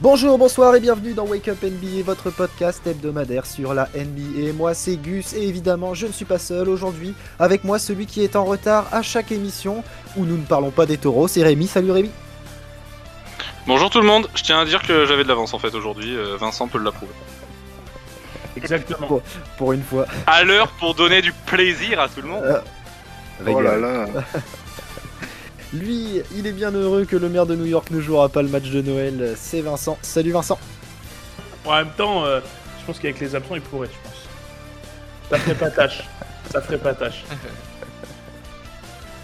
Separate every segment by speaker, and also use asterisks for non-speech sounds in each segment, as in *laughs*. Speaker 1: Bonjour, bonsoir et bienvenue dans Wake Up NBA, votre podcast hebdomadaire sur la NBA. Moi c'est Gus et évidemment je ne suis pas seul aujourd'hui. Avec moi celui qui est en retard à chaque émission où nous ne parlons pas des taureaux, c'est Rémi. Salut Rémi.
Speaker 2: Bonjour tout le monde, je tiens à dire que j'avais de l'avance en fait aujourd'hui, euh, Vincent peut l'approuver.
Speaker 3: Exactement.
Speaker 1: Pour, pour une fois.
Speaker 2: À l'heure pour donner du plaisir à tout le *laughs* monde.
Speaker 4: Oh là là.
Speaker 1: *laughs* Lui, il est bien heureux que le maire de New York ne jouera pas le match de Noël, c'est Vincent. Salut Vincent.
Speaker 3: En même temps, euh, je pense qu'avec les absents, il pourrait, je pense. Ça ferait pas tâche. Ça ferait pas tâche.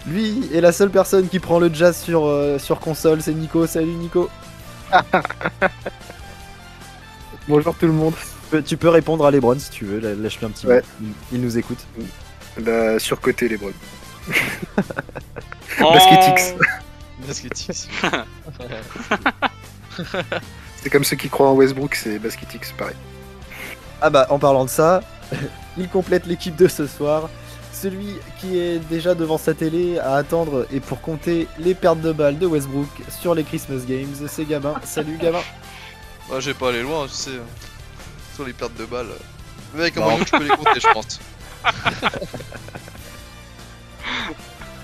Speaker 1: Lui est la seule personne qui prend le jazz sur, euh, sur console, c'est Nico. Salut Nico.
Speaker 4: Bonjour tout le monde.
Speaker 1: Tu peux- Tu peux répondre à Lebron si tu veux, lâ- lâche-lui un petit
Speaker 4: Ouais.
Speaker 1: mot. Il nous écoute.
Speaker 4: Bah, surcoté les bros.
Speaker 2: En-
Speaker 4: Basketix.
Speaker 5: Basketix.
Speaker 4: C'est comme ceux qui croient en Westbrook, c'est Basketix, pareil.
Speaker 1: Ah bah en parlant de ça, *laughs* il complète l'équipe de ce soir. Celui qui est déjà devant sa télé à attendre et pour compter les pertes de balles de Westbrook sur les Christmas Games, c'est Gabin. Salut Gabin.
Speaker 5: *laughs* Ouais, je vais pas aller loin, tu sais. euh, Sur les pertes de balles. Mais avec un moyen, je peux les compter, je pense.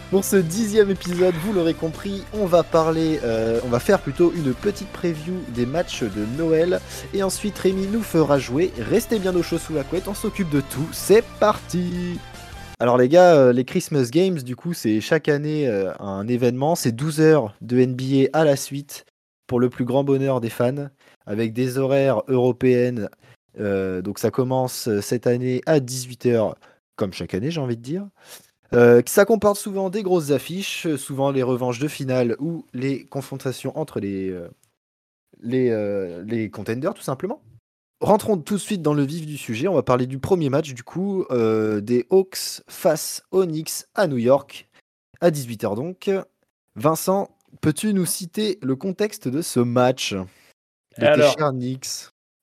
Speaker 1: Pour ce dixième épisode, vous l'aurez compris, on va parler, euh, on va faire plutôt une petite preview des matchs de Noël. Et ensuite, Rémi nous fera jouer. Restez bien au chaud sous la couette, on s'occupe de tout. C'est parti Alors les gars, euh, les Christmas Games, du coup, c'est chaque année euh, un événement. C'est 12 heures de NBA à la suite pour le plus grand bonheur des fans, avec des horaires européennes. Euh, donc ça commence euh, cette année à 18h, comme chaque année, j'ai envie de dire. Euh, ça comporte souvent des grosses affiches, euh, souvent les revanches de finale ou les confrontations entre les, euh, les, euh, les contenders, tout simplement. Rentrons tout de suite dans le vif du sujet. On va parler du premier match, du coup, euh, des Hawks face aux Knicks à New York, à 18h donc. Vincent, peux-tu nous citer le contexte de ce match de
Speaker 3: Alors.
Speaker 1: tes chers Knicks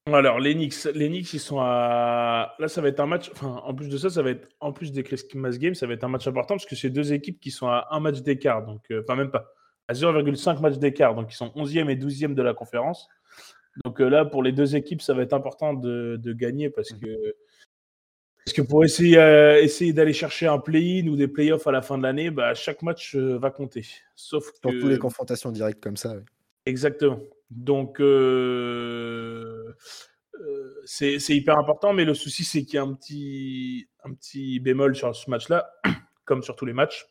Speaker 3: Alors, les Knicks, les Knicks, ils sont à. Là, ça va être un match. Enfin, en plus de ça, ça va être. En plus des Christmas Games, ça va être un match important parce que c'est deux équipes qui sont à un match d'écart. Donc, euh, enfin, même pas. À 0,5 match d'écart. Donc, ils sont 11e et 12e de la conférence. Donc, euh, là, pour les deux équipes, ça va être important de, de gagner parce que. Parce que pour essayer, euh, essayer d'aller chercher un play-in ou des playoffs à la fin de l'année, bah, chaque match euh, va compter. Sauf que.
Speaker 1: Pour toutes les confrontations directes comme ça. ouais.
Speaker 3: Exactement. Donc, euh, euh, c'est c'est hyper important, mais le souci, c'est qu'il y a un petit, un petit bémol sur ce match-là, *clears throat* comme sur tous les matchs.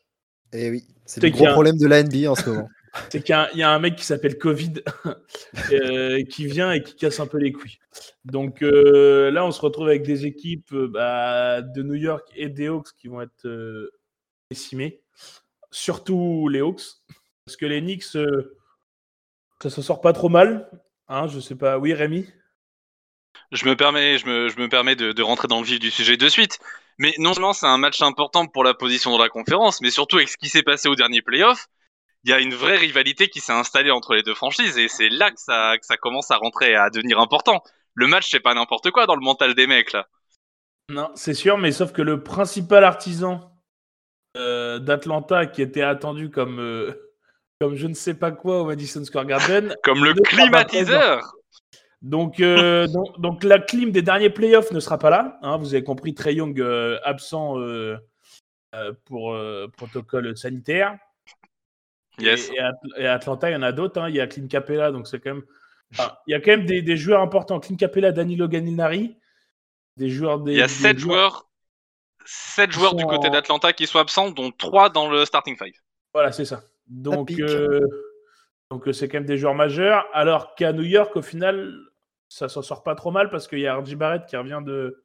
Speaker 1: Eh oui, c'est
Speaker 3: C'est
Speaker 1: le
Speaker 3: qu'il
Speaker 1: gros
Speaker 3: y a un-
Speaker 1: problème de la NBA en ce moment.
Speaker 3: C'est qu'il y a un- il y, a un mec qui s'appelle Covid *laughs* euh, qui vient et qui casse un peu les couilles. Donc euh, là, on se retrouve avec des équipes euh, bah, de New York et des Hawks qui vont être euh, décimées. Surtout les Hawks. Parce que les Knicks, euh, ça se sort pas trop mal. Hein, je sais pas. Oui, Rémi
Speaker 2: Je me permets, je me, je me permets de, de rentrer dans le vif du sujet de suite. Mais non seulement c'est un match important pour la position de la conférence, mais surtout avec ce qui s'est passé au dernier playoff, il y a une vraie rivalité qui s'est installée entre les deux franchises et c'est là que ça, que ça commence à rentrer et à devenir important. Le match, c'est pas n'importe quoi dans le mental des mecs là.
Speaker 3: Non, c'est sûr, mais sauf que le principal artisan euh, d'Atlanta qui était attendu comme, euh, *laughs* comme je ne sais pas quoi au Madison
Speaker 2: *laughs*
Speaker 3: Square Garden
Speaker 2: Comme le
Speaker 3: Ne sera pas
Speaker 2: climatiseur
Speaker 3: Donc, euh, donc, donc la clim des derniers playoffs ne sera pas là. hein. vous avez compris, Trey Young euh, absent euh, euh, pour euh, protocole sanitaire.
Speaker 2: Yes.
Speaker 3: Et, et At- et Atlanta, il y en a d'autres. hein. Il y a Clint Capella, donc c'est quand même. enfin, il y a quand même des, des joueurs importants. Clint Capella, Danilo Gallinari, des joueurs des.
Speaker 2: Il y a
Speaker 3: des
Speaker 2: 7 joueurs, 7 joueurs du
Speaker 3: sont euh,
Speaker 2: côté
Speaker 3: en-
Speaker 2: d'Atlanta qui sont absents, dont 3 dans le starting five.
Speaker 3: Voilà, c'est ça. Donc,
Speaker 1: pique.
Speaker 3: euh, donc euh, c'est quand même des joueurs majeurs. Alors qu'à New York, au final, ça s'en sort pas trop mal parce qu'il y a RJ Barrett qui revient de,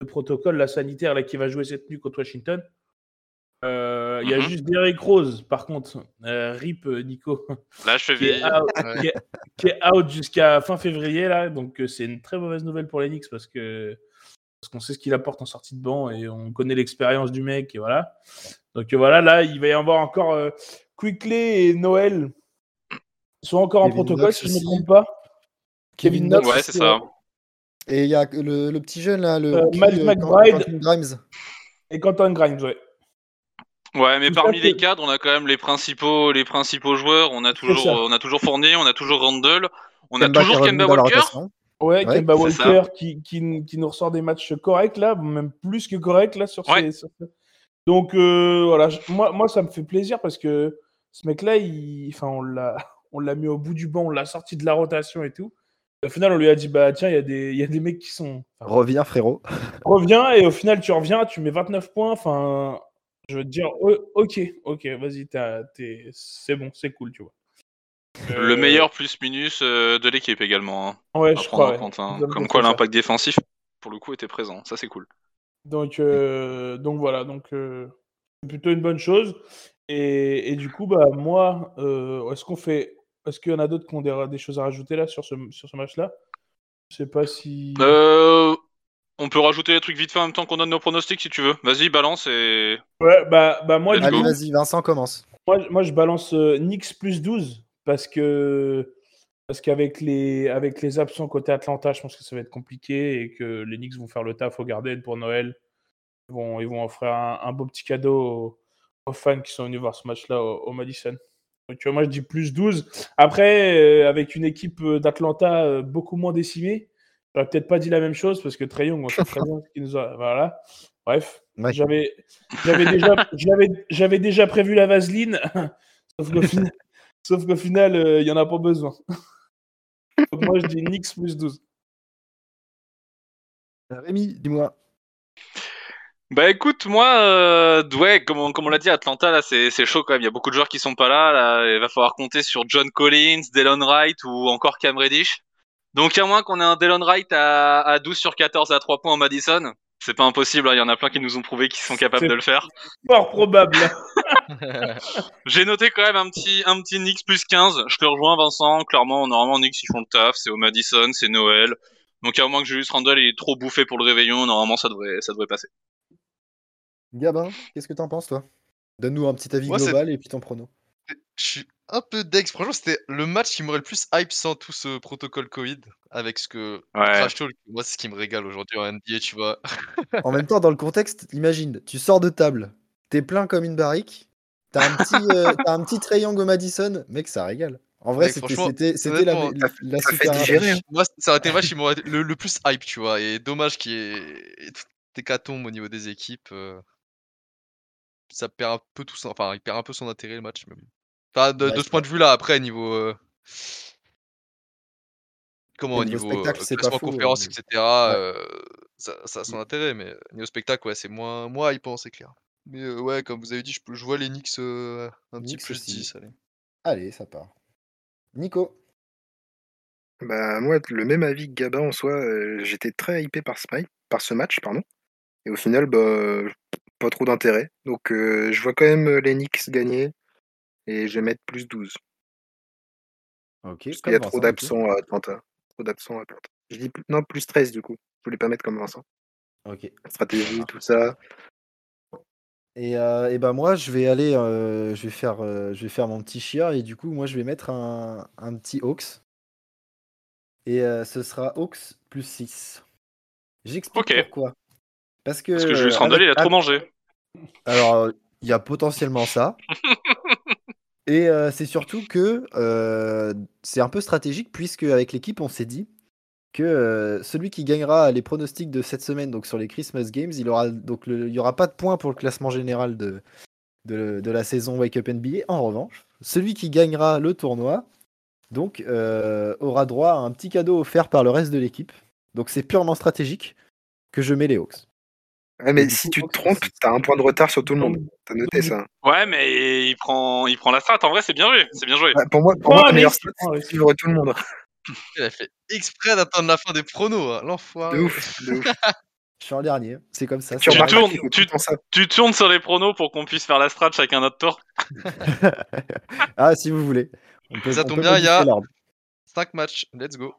Speaker 3: de protocole, la sanitaire, là, qui va jouer cette nuit contre Washington. Euh, Il y a
Speaker 2: Mhm.
Speaker 3: juste Derrick Rose, par contre, Euh, RIP euh, Nico, *laughs*
Speaker 2: Là, je
Speaker 3: qui est
Speaker 2: vais.
Speaker 3: out,
Speaker 5: Ouais.
Speaker 3: qui est- qui est out jusqu'à fin février là, donc euh, c'est une très mauvaise nouvelle pour les Knicks parce que parce qu'on sait ce qu'il apporte en sortie de banc et on connaît l'expérience du mec et voilà. Donc euh, voilà, là il va y avoir encore euh, Quickley et Noël ils sont encore en
Speaker 1: Kevin
Speaker 3: protocole
Speaker 1: Knox
Speaker 3: si je ne me
Speaker 1: aussi.
Speaker 3: trompe pas. Kevin
Speaker 1: Ah,
Speaker 3: Knox.
Speaker 2: Ouais, c'est ça.
Speaker 1: Et il y a le, le petit jeune là, le
Speaker 3: Euh,
Speaker 1: rookie,
Speaker 3: Miles
Speaker 1: euh, Quentin-
Speaker 3: McBride.
Speaker 1: Quentin Grimes.
Speaker 3: Et Quentin Grimes, ouais.
Speaker 2: Ouais, mais
Speaker 3: Tout à
Speaker 2: parmi
Speaker 3: fait.
Speaker 2: les cadres, on a quand même les principaux, les principaux joueurs. On a
Speaker 3: ça.
Speaker 2: toujours, on a toujours Fournier, on a toujours Randle, On a toujours
Speaker 1: qui est
Speaker 2: Kemba
Speaker 1: revenu dans la
Speaker 2: Walker.
Speaker 1: rotation. Ouais,
Speaker 3: Ouais, Kemba
Speaker 2: c'est
Speaker 3: Walker qui, qui, qui nous ressort des matchs corrects là, même plus que corrects là sur, ces-
Speaker 2: Ouais.
Speaker 3: sur ce- Donc euh, voilà, je- moi, moi ça me fait plaisir parce que ce mec-là, il... enfin, on l'a *laughs* on l'a mis au bout du banc, on l'a sorti de la rotation et tout. Au final, on lui a dit bah tiens, il y, a des- il y a des mecs qui sont. enfin,
Speaker 1: Reviens, frérot.
Speaker 3: reviens et au final tu reviens, tu mets 29 points. Enfin, je veux te dire, o- ok, ok, vas-y, t'as- t'es- c'est bon, c'est cool, tu vois.
Speaker 2: Le
Speaker 3: Euh,
Speaker 2: meilleur plus-minus euh, de l'équipe également. hein,
Speaker 3: Ouais,
Speaker 2: à
Speaker 3: je
Speaker 2: prendre
Speaker 3: crois.
Speaker 2: en
Speaker 3: ouais.
Speaker 2: compte, hein.
Speaker 3: Ils aiment
Speaker 2: Comme
Speaker 3: beaucoup
Speaker 2: quoi
Speaker 3: ça.
Speaker 2: l'impact défensif, pour le coup, était présent. Ça, c'est cool.
Speaker 3: Donc, euh, donc voilà, donc euh, c'est plutôt une bonne chose. Et, et du coup, bah moi, euh, est-ce qu'on fait, est-ce qu'il y en a d'autres qui ont des, des choses à rajouter là sur ce, sur ce match-là Je sais pas si.
Speaker 2: Euh, on peut rajouter les trucs vite fait en même temps qu'on donne nos pronostics si tu veux. Vas-y, balance et.
Speaker 3: Ouais, bah, bah moi,
Speaker 2: Let's
Speaker 3: du
Speaker 1: Allez,
Speaker 2: go.
Speaker 3: coup,
Speaker 1: vas-y, Vincent, commence.
Speaker 3: Moi, je- moi, je balance euh, Knicks plus 12 parce que parce qu'avec les avec les absents côté Atlanta, je pense que ça va être compliqué et que les Knicks vont faire le taf au Garden pour Noël. Ils vont, ils vont offrir un, un beau petit cadeau aux, aux fans qui sont venus voir ce match-là au, au Madison. Donc, tu vois, moi, je dis plus 12. Après, euh, avec une équipe euh, d'Atlanta euh, beaucoup moins décimée, j'aurais peut-être pas dit la même chose parce que Trae Young, on sait très bien ce qu'il nous a. Voilà. Bref.
Speaker 1: Ouais.
Speaker 3: J'avais,
Speaker 1: *laughs*
Speaker 3: j'avais déjà, j'avais, j'avais déjà prévu la vaseline, sauf qu'au final, sauf qu'au final, euh, il y en a pas besoin. Donc moi, je dis Nix plus 12.
Speaker 1: Rémi, dis-moi.
Speaker 2: Bah écoute, moi, euh, ouais, comme on, comme on l'a dit, Atlanta, là, c'est c'est chaud quand même. Il y a beaucoup de joueurs qui sont pas là. là. Il va falloir compter sur John Collins, Delon Wright ou encore Cam Reddish. Donc, à moins qu'on ait un Delon Wright à, à 12 sur 14 à 3 points en Madison, c'est pas impossible. hein. Il y en a plein qui nous ont prouvé qu'ils sont capables
Speaker 3: C'est-
Speaker 2: de le faire.
Speaker 3: Fort probable.
Speaker 2: J'ai noté quand même un petit, un petit Knicks plus 15. Je te rejoins, Vincent. Clairement, normalement, Knicks, ils font le taf. C'est au Madison, c'est Noël. Donc, à moins que Julius Randle il est trop bouffé pour le réveillon, normalement, ça devrait, ça devrait passer.
Speaker 1: Gabin, qu'est-ce que t'en penses, toi Donne-nous un petit avis
Speaker 5: Moi, c'est-
Speaker 1: global et puis ton prono.
Speaker 5: *laughs* Je suis un peu dex. Franchement, c'était le match qui m'aurait le plus hype sans tout ce protocole Covid. Avec ce que. le Trash talk, moi, c'est ce qui me régale aujourd'hui en NBA, tu vois.
Speaker 1: En même temps, dans le contexte, imagine, tu sors de table, t'es plein comme une barrique, t'as un petit, euh, t'as un petit triangle au Madison, mec, ça régale. En vrai,
Speaker 5: Mec,
Speaker 1: c'était
Speaker 5: franchement,
Speaker 1: c'était- c'était la,
Speaker 5: honnêtement,
Speaker 1: la, la
Speaker 4: ça fait
Speaker 1: super.
Speaker 4: digérer, hein.
Speaker 5: Moi, ça aurait été le match qui m'aurait le, le plus hype, tu vois. Et dommage qu'il y ait toute hécatombe au niveau des équipes. euh, Ça perd un peu tout son... Enfin, il perd un peu son intérêt, le match. mais bon. Enfin, de,
Speaker 1: Ouais,
Speaker 5: de
Speaker 1: c'est
Speaker 5: ce point de vue-là, après, niveau... euh, Comment,
Speaker 1: Et
Speaker 5: au
Speaker 1: niveau
Speaker 5: niveau,
Speaker 1: spectacle,
Speaker 5: euh,
Speaker 1: c'est pas
Speaker 5: classement
Speaker 1: fou, euh,
Speaker 5: conférence,
Speaker 1: mais-
Speaker 5: etc., euh, ça, ça a son intérêt, mais euh, niveau spectacle, ouais, c'est moins, moins hypant, c'est clair. Mais euh, ouais, comme vous avez dit, je, peux- je vois les Knicks euh, un petit
Speaker 1: Knicks
Speaker 5: plus
Speaker 1: aussi.
Speaker 5: 10, allez.
Speaker 1: Allez, ça part. Nico,
Speaker 4: Bah, moi, le même avis que Gabin en soi, euh, j'étais très hypé par ce, mi- par ce match, pardon. Et au final, bah, euh, pas trop d'intérêt. Donc, euh, je vois quand même euh, les Knicks gagner. Et je vais mettre plus 12.
Speaker 1: ok.
Speaker 4: Parce qu'il y a trop d'absents à Atlanta. Trop d'absents à Atlanta. Je dis plus- non, plus 13 du coup. Je voulais pas mettre comme Vincent.
Speaker 1: Ok.
Speaker 4: Stratégie, tout ça.
Speaker 1: Et, euh, eh ben moi, je vais aller, euh, je vais faire, euh, je vais faire mon petit chier et du coup, moi, je vais mettre un, un petit Hawks. Et euh, ce sera Hawks plus 6. J'explique
Speaker 2: Ok.
Speaker 1: pourquoi. Parce que,
Speaker 2: Parce que Julius
Speaker 1: euh,
Speaker 2: Randle,
Speaker 1: avec-
Speaker 2: il a trop mangé.
Speaker 1: Alors, il y a potentiellement ça. Et euh, c'est surtout que euh, c'est un peu stratégique, puisque avec l'équipe, on s'est dit que euh, celui qui gagnera les pronostics de cette semaine, donc sur les Christmas Games, il aura donc le- il n'y aura pas de points pour le classement général de, de, de la saison Wake Up NBA. En revanche, celui qui gagnera le tournoi, donc, euh, aura droit à un petit cadeau offert par le reste de l'équipe. Donc c'est purement stratégique que je mets les Hawks.
Speaker 4: Ouais,
Speaker 1: Et
Speaker 4: mais
Speaker 1: du
Speaker 4: si
Speaker 1: coup,
Speaker 4: tu te
Speaker 1: Hawks,
Speaker 4: trompes,
Speaker 1: c'est-
Speaker 4: t'as un point de retard sur tout le monde.
Speaker 3: Donc,
Speaker 4: T'as noté ça. hein.
Speaker 2: Ouais, mais il prend, il prend la strat. En vrai, c'est bien joué. C'est bien joué.
Speaker 4: Ouais, Bah, pour moi, pour
Speaker 3: Oh,
Speaker 4: moi, le
Speaker 3: mais-
Speaker 4: meilleur strat,
Speaker 3: oh,
Speaker 4: c'est de
Speaker 3: mais-
Speaker 4: suivre tout le monde.
Speaker 5: Il a fait exprès d'attendre la fin des pronos, hein,
Speaker 4: De
Speaker 5: l'enfoiré.
Speaker 4: ouf, de ouf.
Speaker 1: Je suis en dernier, c'est comme ça.
Speaker 4: Tu
Speaker 1: c'est
Speaker 2: remarques-
Speaker 1: la-
Speaker 4: remarqueras
Speaker 2: tournes,
Speaker 4: qu'il faut
Speaker 2: tu-
Speaker 4: tout le temps ça.
Speaker 2: Tu tournes sur les pronos pour qu'on puisse faire la strat chacun notre tour.
Speaker 1: Ah, si vous voulez. On peut,
Speaker 5: Ça
Speaker 1: on
Speaker 5: tombe
Speaker 1: peut
Speaker 5: bien, il y
Speaker 1: modifier
Speaker 5: a-
Speaker 1: l'ordre.
Speaker 5: 5 matchs, let's go.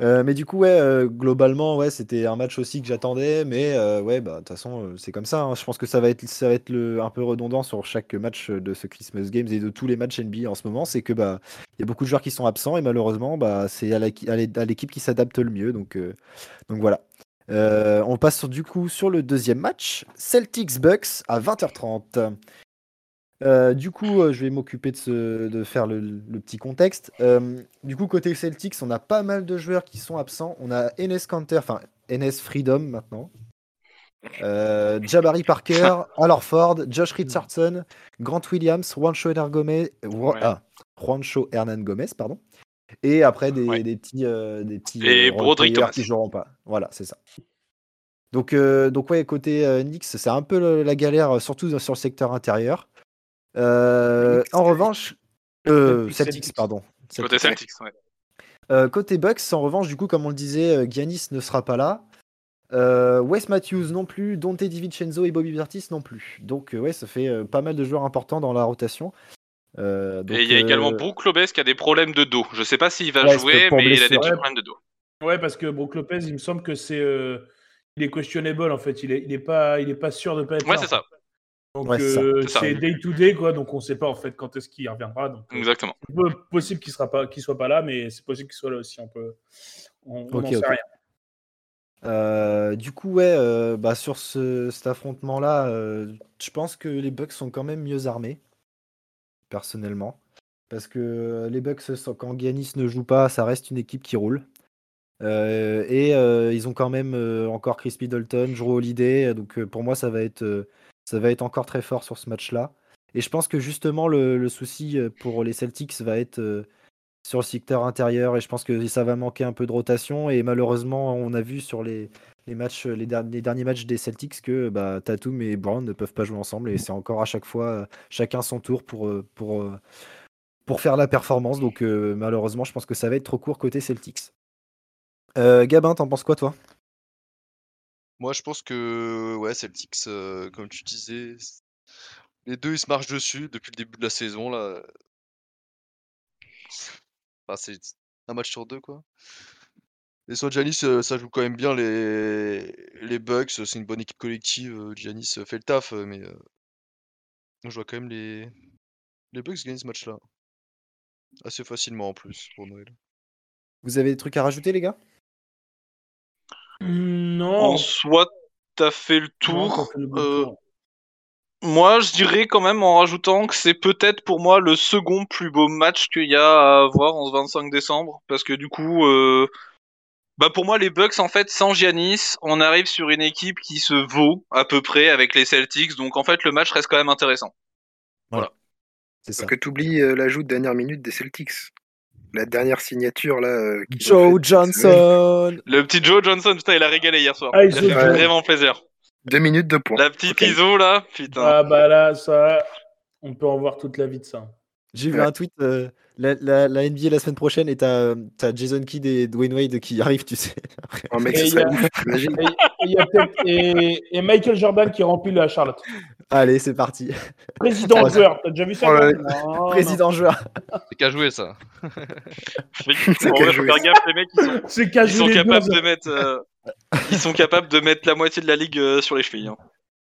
Speaker 1: Euh, mais du coup, ouais, euh, globalement, ouais, c'était un match aussi que j'attendais, mais euh, ouais, bah de toute façon, euh, c'est comme ça. hein. Je pense que ça va être, ça va être le, un peu redondant sur chaque match euh, de ce Christmas Games et de tous les matchs NBA en ce moment, c'est que bah il y a beaucoup de joueurs qui sont absents et malheureusement, bah c'est à la- à l'é- à l'équipe qui s'adapte le mieux, donc euh, donc voilà. Euh, on passe sur- du coup sur le deuxième match, Celtics Bucks à 20h30. Euh, du coup, euh, je vais m'occuper de, ce- de faire le, le petit contexte. Euh, du coup, côté Celtics, on a pas mal de joueurs qui sont absents. On a Enes Kanter, enfin Enes Freedom maintenant. Euh, Jabari Parker, Al Ford, Josh Richardson, Grant Williams, Juancho Hernan Gomez, Wa-
Speaker 2: Ouais.
Speaker 1: ah, Juancho Hernan Gomez, pardon. Et après des,
Speaker 2: Ouais.
Speaker 1: des petits, euh, des petits
Speaker 2: Et
Speaker 1: euh, role
Speaker 2: Broderick
Speaker 1: players
Speaker 2: Thomas.
Speaker 1: qui joueront pas. Voilà, c'est ça. Donc, euh, donc ouais, côté euh, Knicks, c'est un peu le- la galère, euh, surtout dans- sur le secteur intérieur. Euh,
Speaker 4: Knicks,
Speaker 1: en revanche, euh,
Speaker 3: Celtics,
Speaker 1: Celtics,
Speaker 3: Celtics.
Speaker 1: pardon.
Speaker 2: Côté
Speaker 1: Celtics.
Speaker 2: Celtics, ouais.
Speaker 1: Euh, côté Bucks, en revanche, du coup, comme on le disait, euh, Giannis ne sera pas là. Euh, Wes Matthews non plus, Dante DiVincenzo et Bobby Vertis non plus. Donc euh, ouais, ça fait euh, pas mal de joueurs importants dans la rotation. Euh, donc,
Speaker 2: et il y a
Speaker 1: euh,
Speaker 2: également Brook Lopez qui a des problèmes de dos. Je sais pas s'il va
Speaker 1: Ouais, parce que
Speaker 2: jouer,
Speaker 1: pour
Speaker 2: mais il a des
Speaker 1: blessure.
Speaker 2: petits problèmes de dos.
Speaker 3: Ouais, parce que Brook Lopez, il me semble que c'est. euh, il est questionable en fait. Il est, il est pas, il est pas sûr de pas être.
Speaker 2: Ouais,
Speaker 3: là,
Speaker 2: c'est
Speaker 3: en
Speaker 2: ça.
Speaker 3: fait. Donc
Speaker 1: Ouais, c'est ça.
Speaker 3: euh,
Speaker 2: C'est ça.
Speaker 3: c'est day to day quoi. Donc on sait pas en fait quand est-ce qu'il reviendra. Donc euh,
Speaker 2: Exactement.
Speaker 3: c'est peu- possible qu'il sera pas, qu'il soit pas là, mais c'est possible qu'il soit là aussi. On peut. On on
Speaker 1: Ok,
Speaker 3: n'en sait
Speaker 1: ok.
Speaker 3: rien.
Speaker 1: Euh, du coup, ouais, euh, bah, sur ce, cet affrontement-là, euh, je pense que les Bucks sont quand même mieux armés, personnellement. Parce que les Bucks, sans- quand Giannis ne joue pas, ça reste une équipe qui roule. Euh, et euh, ils ont quand même euh, encore Chris Middleton, Drew Holiday. Donc euh, pour moi, ça va être, euh, ça va être encore très fort sur ce match-là. Et je pense que justement, le, le souci euh, pour les Celtics va être euh, sur le secteur intérieur. Et je pense que ça va manquer un peu de rotation. Et malheureusement, on a vu sur les, les, matchs, les, derni- les derniers matchs des Celtics que bah, Tatum et Brown ne peuvent pas jouer ensemble. Et c'est encore à chaque fois euh, chacun son tour pour, euh, pour, euh, pour faire la performance. Donc euh, malheureusement, je pense que ça va être trop court côté Celtics. Euh, Gabin, t'en penses quoi toi
Speaker 5: Moi, je pense que ouais, Celtics, euh, comme tu disais, c- les deux ils se marchent dessus depuis le début de la saison là. Enfin, c'est un match sur deux quoi. Et sur Giannis, euh, ça joue quand même bien les les Bucks. C'est une bonne équipe collective. euh, Giannis euh, fait le taf, euh, mais euh, je vois quand même les les Bucks gagner ce match-là assez facilement en plus pour Noël.
Speaker 1: Vous avez des trucs à rajouter, les gars
Speaker 3: Non.
Speaker 2: En soi, t'as fait le
Speaker 3: non,
Speaker 2: tour.
Speaker 3: t'as fait le bon
Speaker 2: Euh,
Speaker 3: tour.
Speaker 2: Moi, je dirais quand même en rajoutant que c'est peut-être pour moi le second plus beau match qu'il y a à voir en ce 25 décembre. Parce que du coup, euh, bah pour moi, les Bucks, en fait, sans Giannis, on arrive sur une équipe qui se vaut à peu près avec les Celtics. Donc en fait, le match reste quand même intéressant.
Speaker 1: C'est ça.
Speaker 4: Parce que t'oublies euh, l'ajout de dernière minute des Celtics. La dernière signature là. euh, qu'ils ont
Speaker 1: Joe
Speaker 4: faite cette semaine.
Speaker 1: Johnson
Speaker 2: Le petit Joe Johnson, putain, il a régalé hier soir.
Speaker 3: Ah,
Speaker 2: il
Speaker 3: il
Speaker 2: a
Speaker 3: joue
Speaker 2: fait
Speaker 4: bien.
Speaker 2: vraiment plaisir.
Speaker 4: Deux minutes de points.
Speaker 2: La petite
Speaker 4: Ok.
Speaker 2: ISO là, putain.
Speaker 3: Ah bah là, ça, on peut en voir toute la vie de ça.
Speaker 1: J'ai vu
Speaker 4: Ouais.
Speaker 1: un tweet, euh, la, la- la NBA la semaine prochaine, et t'as euh, t'as Jason Kidd et Dwayne Wade qui arrivent, tu sais.
Speaker 4: Oh mec,
Speaker 3: Et
Speaker 4: ça
Speaker 3: il y
Speaker 4: serait
Speaker 3: a-
Speaker 4: ouf. Imagine.
Speaker 3: Et, il y a peut-être- et- et Michael Jordan qui remplit la Charlotte.
Speaker 1: Allez, c'est parti.
Speaker 3: Président
Speaker 1: Ouais.
Speaker 3: joueur, t'as déjà vu ça
Speaker 4: Oh là
Speaker 3: toi Non, non.
Speaker 1: Président joueur.
Speaker 5: C'est qu'à jouer ça.
Speaker 3: *laughs*
Speaker 2: Fait que, en
Speaker 4: qu'a
Speaker 2: vrai, faut
Speaker 4: joué,
Speaker 2: faire
Speaker 4: ça.
Speaker 2: gaffe, les mecs, ils sont,
Speaker 3: C'est
Speaker 2: ils sont
Speaker 3: quasi Ah, les
Speaker 2: capables
Speaker 3: deux.
Speaker 2: de mettre, euh, ils sont capables de mettre la moitié de la ligue euh, sur les chevilles. hein.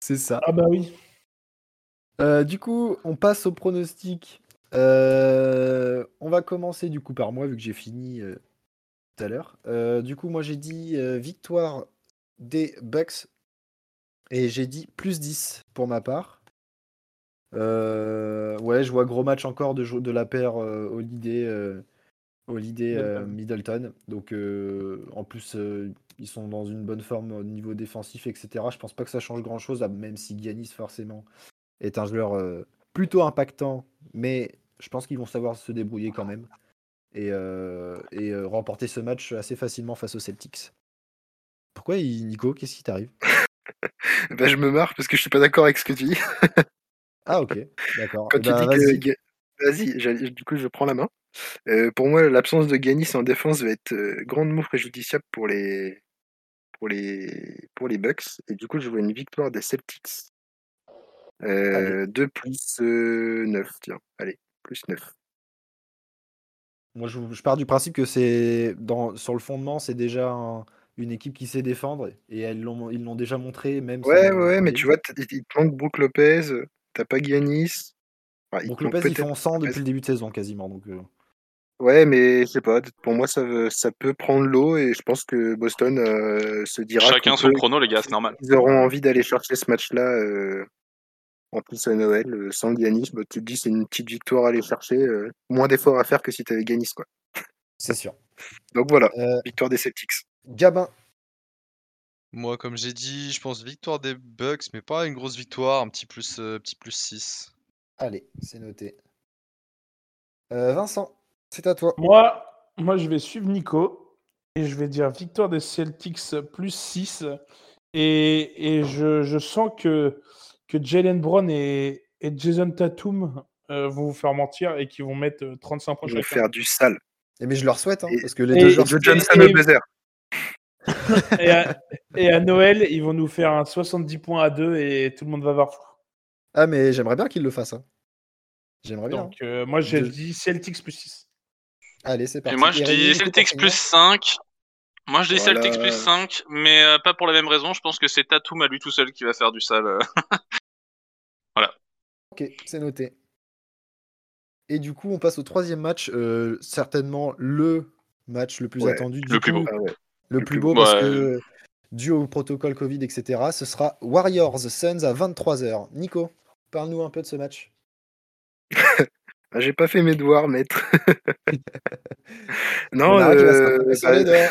Speaker 1: C'est ça.
Speaker 3: Ah bah oui.
Speaker 1: Euh, du coup, on passe au pronostic. Euh, on va commencer du coup par moi, vu que j'ai fini euh, tout à l'heure. Euh, du coup, moi j'ai dit euh, victoire des Bucks et j'ai dit plus 10 pour ma part. Euh, ouais, je vois gros match encore de, jo- de la paire euh, Holiday, euh, Holiday, euh, Middleton. Donc euh, en plus, euh, ils sont dans une bonne forme au niveau défensif, etc. Je pense pas que ça change grand chose, même si Giannis forcément est un joueur euh, plutôt impactant, mais je pense qu'ils vont savoir se débrouiller quand même et, euh, et, euh, remporter ce match assez facilement face aux Celtics. Pourquoi il- Nico, qu'est-ce qui t'arrive
Speaker 4: Bah, je me marre parce que je suis pas d'accord avec ce que tu dis.
Speaker 1: Ah ok, d'accord.
Speaker 4: Quand
Speaker 1: Eh
Speaker 4: tu
Speaker 1: ben,
Speaker 4: dis
Speaker 1: vas-y.
Speaker 4: que. Ga- Vas-y, j'allais- du coup, je prends la main. Euh, pour moi, l'absence de Ganis en défense va être euh, grandement préjudiciable pour les, pour les, pour les Bucks. Et du coup, je vois une victoire des Celtics. Euh, 2 plus 9, tiens. Allez, plus 9.
Speaker 1: Moi, je, je pars du principe que c'est dans sur le fondement, c'est déjà un- une équipe qui sait défendre et elles l'ont, ils l'ont déjà montré, même.
Speaker 4: Ouais, ouais,
Speaker 1: sans-
Speaker 4: ouais, mais tu vois, t- il il te manque Brook Lopez, euh, t'as pas Giannis. Enfin, il
Speaker 1: Donc
Speaker 4: te manque
Speaker 1: Lopez, ils
Speaker 4: peut-être
Speaker 1: font 100 depuis
Speaker 4: Lopez.
Speaker 1: le début de saison quasiment. Donc euh,
Speaker 4: Ouais, mais je sais pas, pour moi, ça, veut- ça peut prendre l'eau et je pense que Boston euh, se dira
Speaker 2: Chacun
Speaker 4: qu'on
Speaker 2: son
Speaker 4: peut-
Speaker 2: prono, les gars, c'est normal.
Speaker 4: qu'ils auront envie d'aller chercher ce match-là euh, En plus, à Noël, euh, sans Giannis, bah, tu te dis c'est une petite victoire à aller chercher. euh, moins d'efforts à faire que si tu avais Giannis. Quoi.
Speaker 1: C'est sûr.
Speaker 4: Donc voilà,
Speaker 1: Euh,
Speaker 4: victoire des Celtics.
Speaker 1: Gabin,
Speaker 5: Moi, comme j'ai dit, je pense victoire des Bucks, mais pas une grosse victoire, un petit plus, euh, petit plus *laughs* 6.
Speaker 1: allez, c'est noté. Euh, Vincent, c'est à toi.
Speaker 3: Moi, moi, je vais suivre Nico et je vais dire victoire des Celtics plus 6. Et, et je, je sens que, que Jalen Brown et, et Jason Tatum euh, vont vous faire mentir et qu'ils vont mettre euh, 35 points
Speaker 4: Je vais
Speaker 3: chacun.
Speaker 4: faire du sale.
Speaker 1: Et mais je leur souhaite, hein,
Speaker 4: Et-
Speaker 1: parce que les
Speaker 3: et-
Speaker 1: deux
Speaker 4: Et
Speaker 1: joueurs.
Speaker 4: Joe
Speaker 1: sont-
Speaker 4: Johnson au buzzer.
Speaker 3: Et à, et à Noël, ils vont nous faire un 70 points à 2 et tout le monde va voir fou.
Speaker 1: Ah, mais j'aimerais bien qu'ils le fassent. hein.
Speaker 2: Ah,
Speaker 1: J'aimerais bien.
Speaker 3: Donc, euh, moi, je
Speaker 1: Deux.
Speaker 3: dis Celtics plus 6.
Speaker 1: Allez, c'est
Speaker 2: Et
Speaker 1: parti.
Speaker 2: moi, je
Speaker 1: Rémi,
Speaker 2: dis
Speaker 1: du coup, pour
Speaker 2: Celtics
Speaker 1: finir.
Speaker 2: plus 5. Moi, je dis
Speaker 4: Voilà.
Speaker 2: Celtics plus 5, mais euh, pas pour la même raison. Je pense que c'est Tatum à lui tout seul qui va faire du sale. euh.
Speaker 1: Ok, c'est noté. Et du coup, on passe au troisième match, euh, certainement le match le plus
Speaker 4: Ouais,
Speaker 1: attendu du
Speaker 2: le plus
Speaker 1: coup,
Speaker 2: beau.
Speaker 4: Ah ouais.
Speaker 1: le
Speaker 4: le
Speaker 1: plus
Speaker 4: plus
Speaker 1: beau
Speaker 2: beau.
Speaker 1: parce
Speaker 2: Ouais.
Speaker 1: que dû au protocole Covid, etc. Ce sera Warriors Suns à 23h. Nico, parle-nous un peu de ce match.
Speaker 4: Ah, J'ai pas fait mes devoirs, maître. *laughs* non,
Speaker 1: On a hâte de la
Speaker 4: euh,
Speaker 1: sortie de son
Speaker 4: bah,
Speaker 1: leader.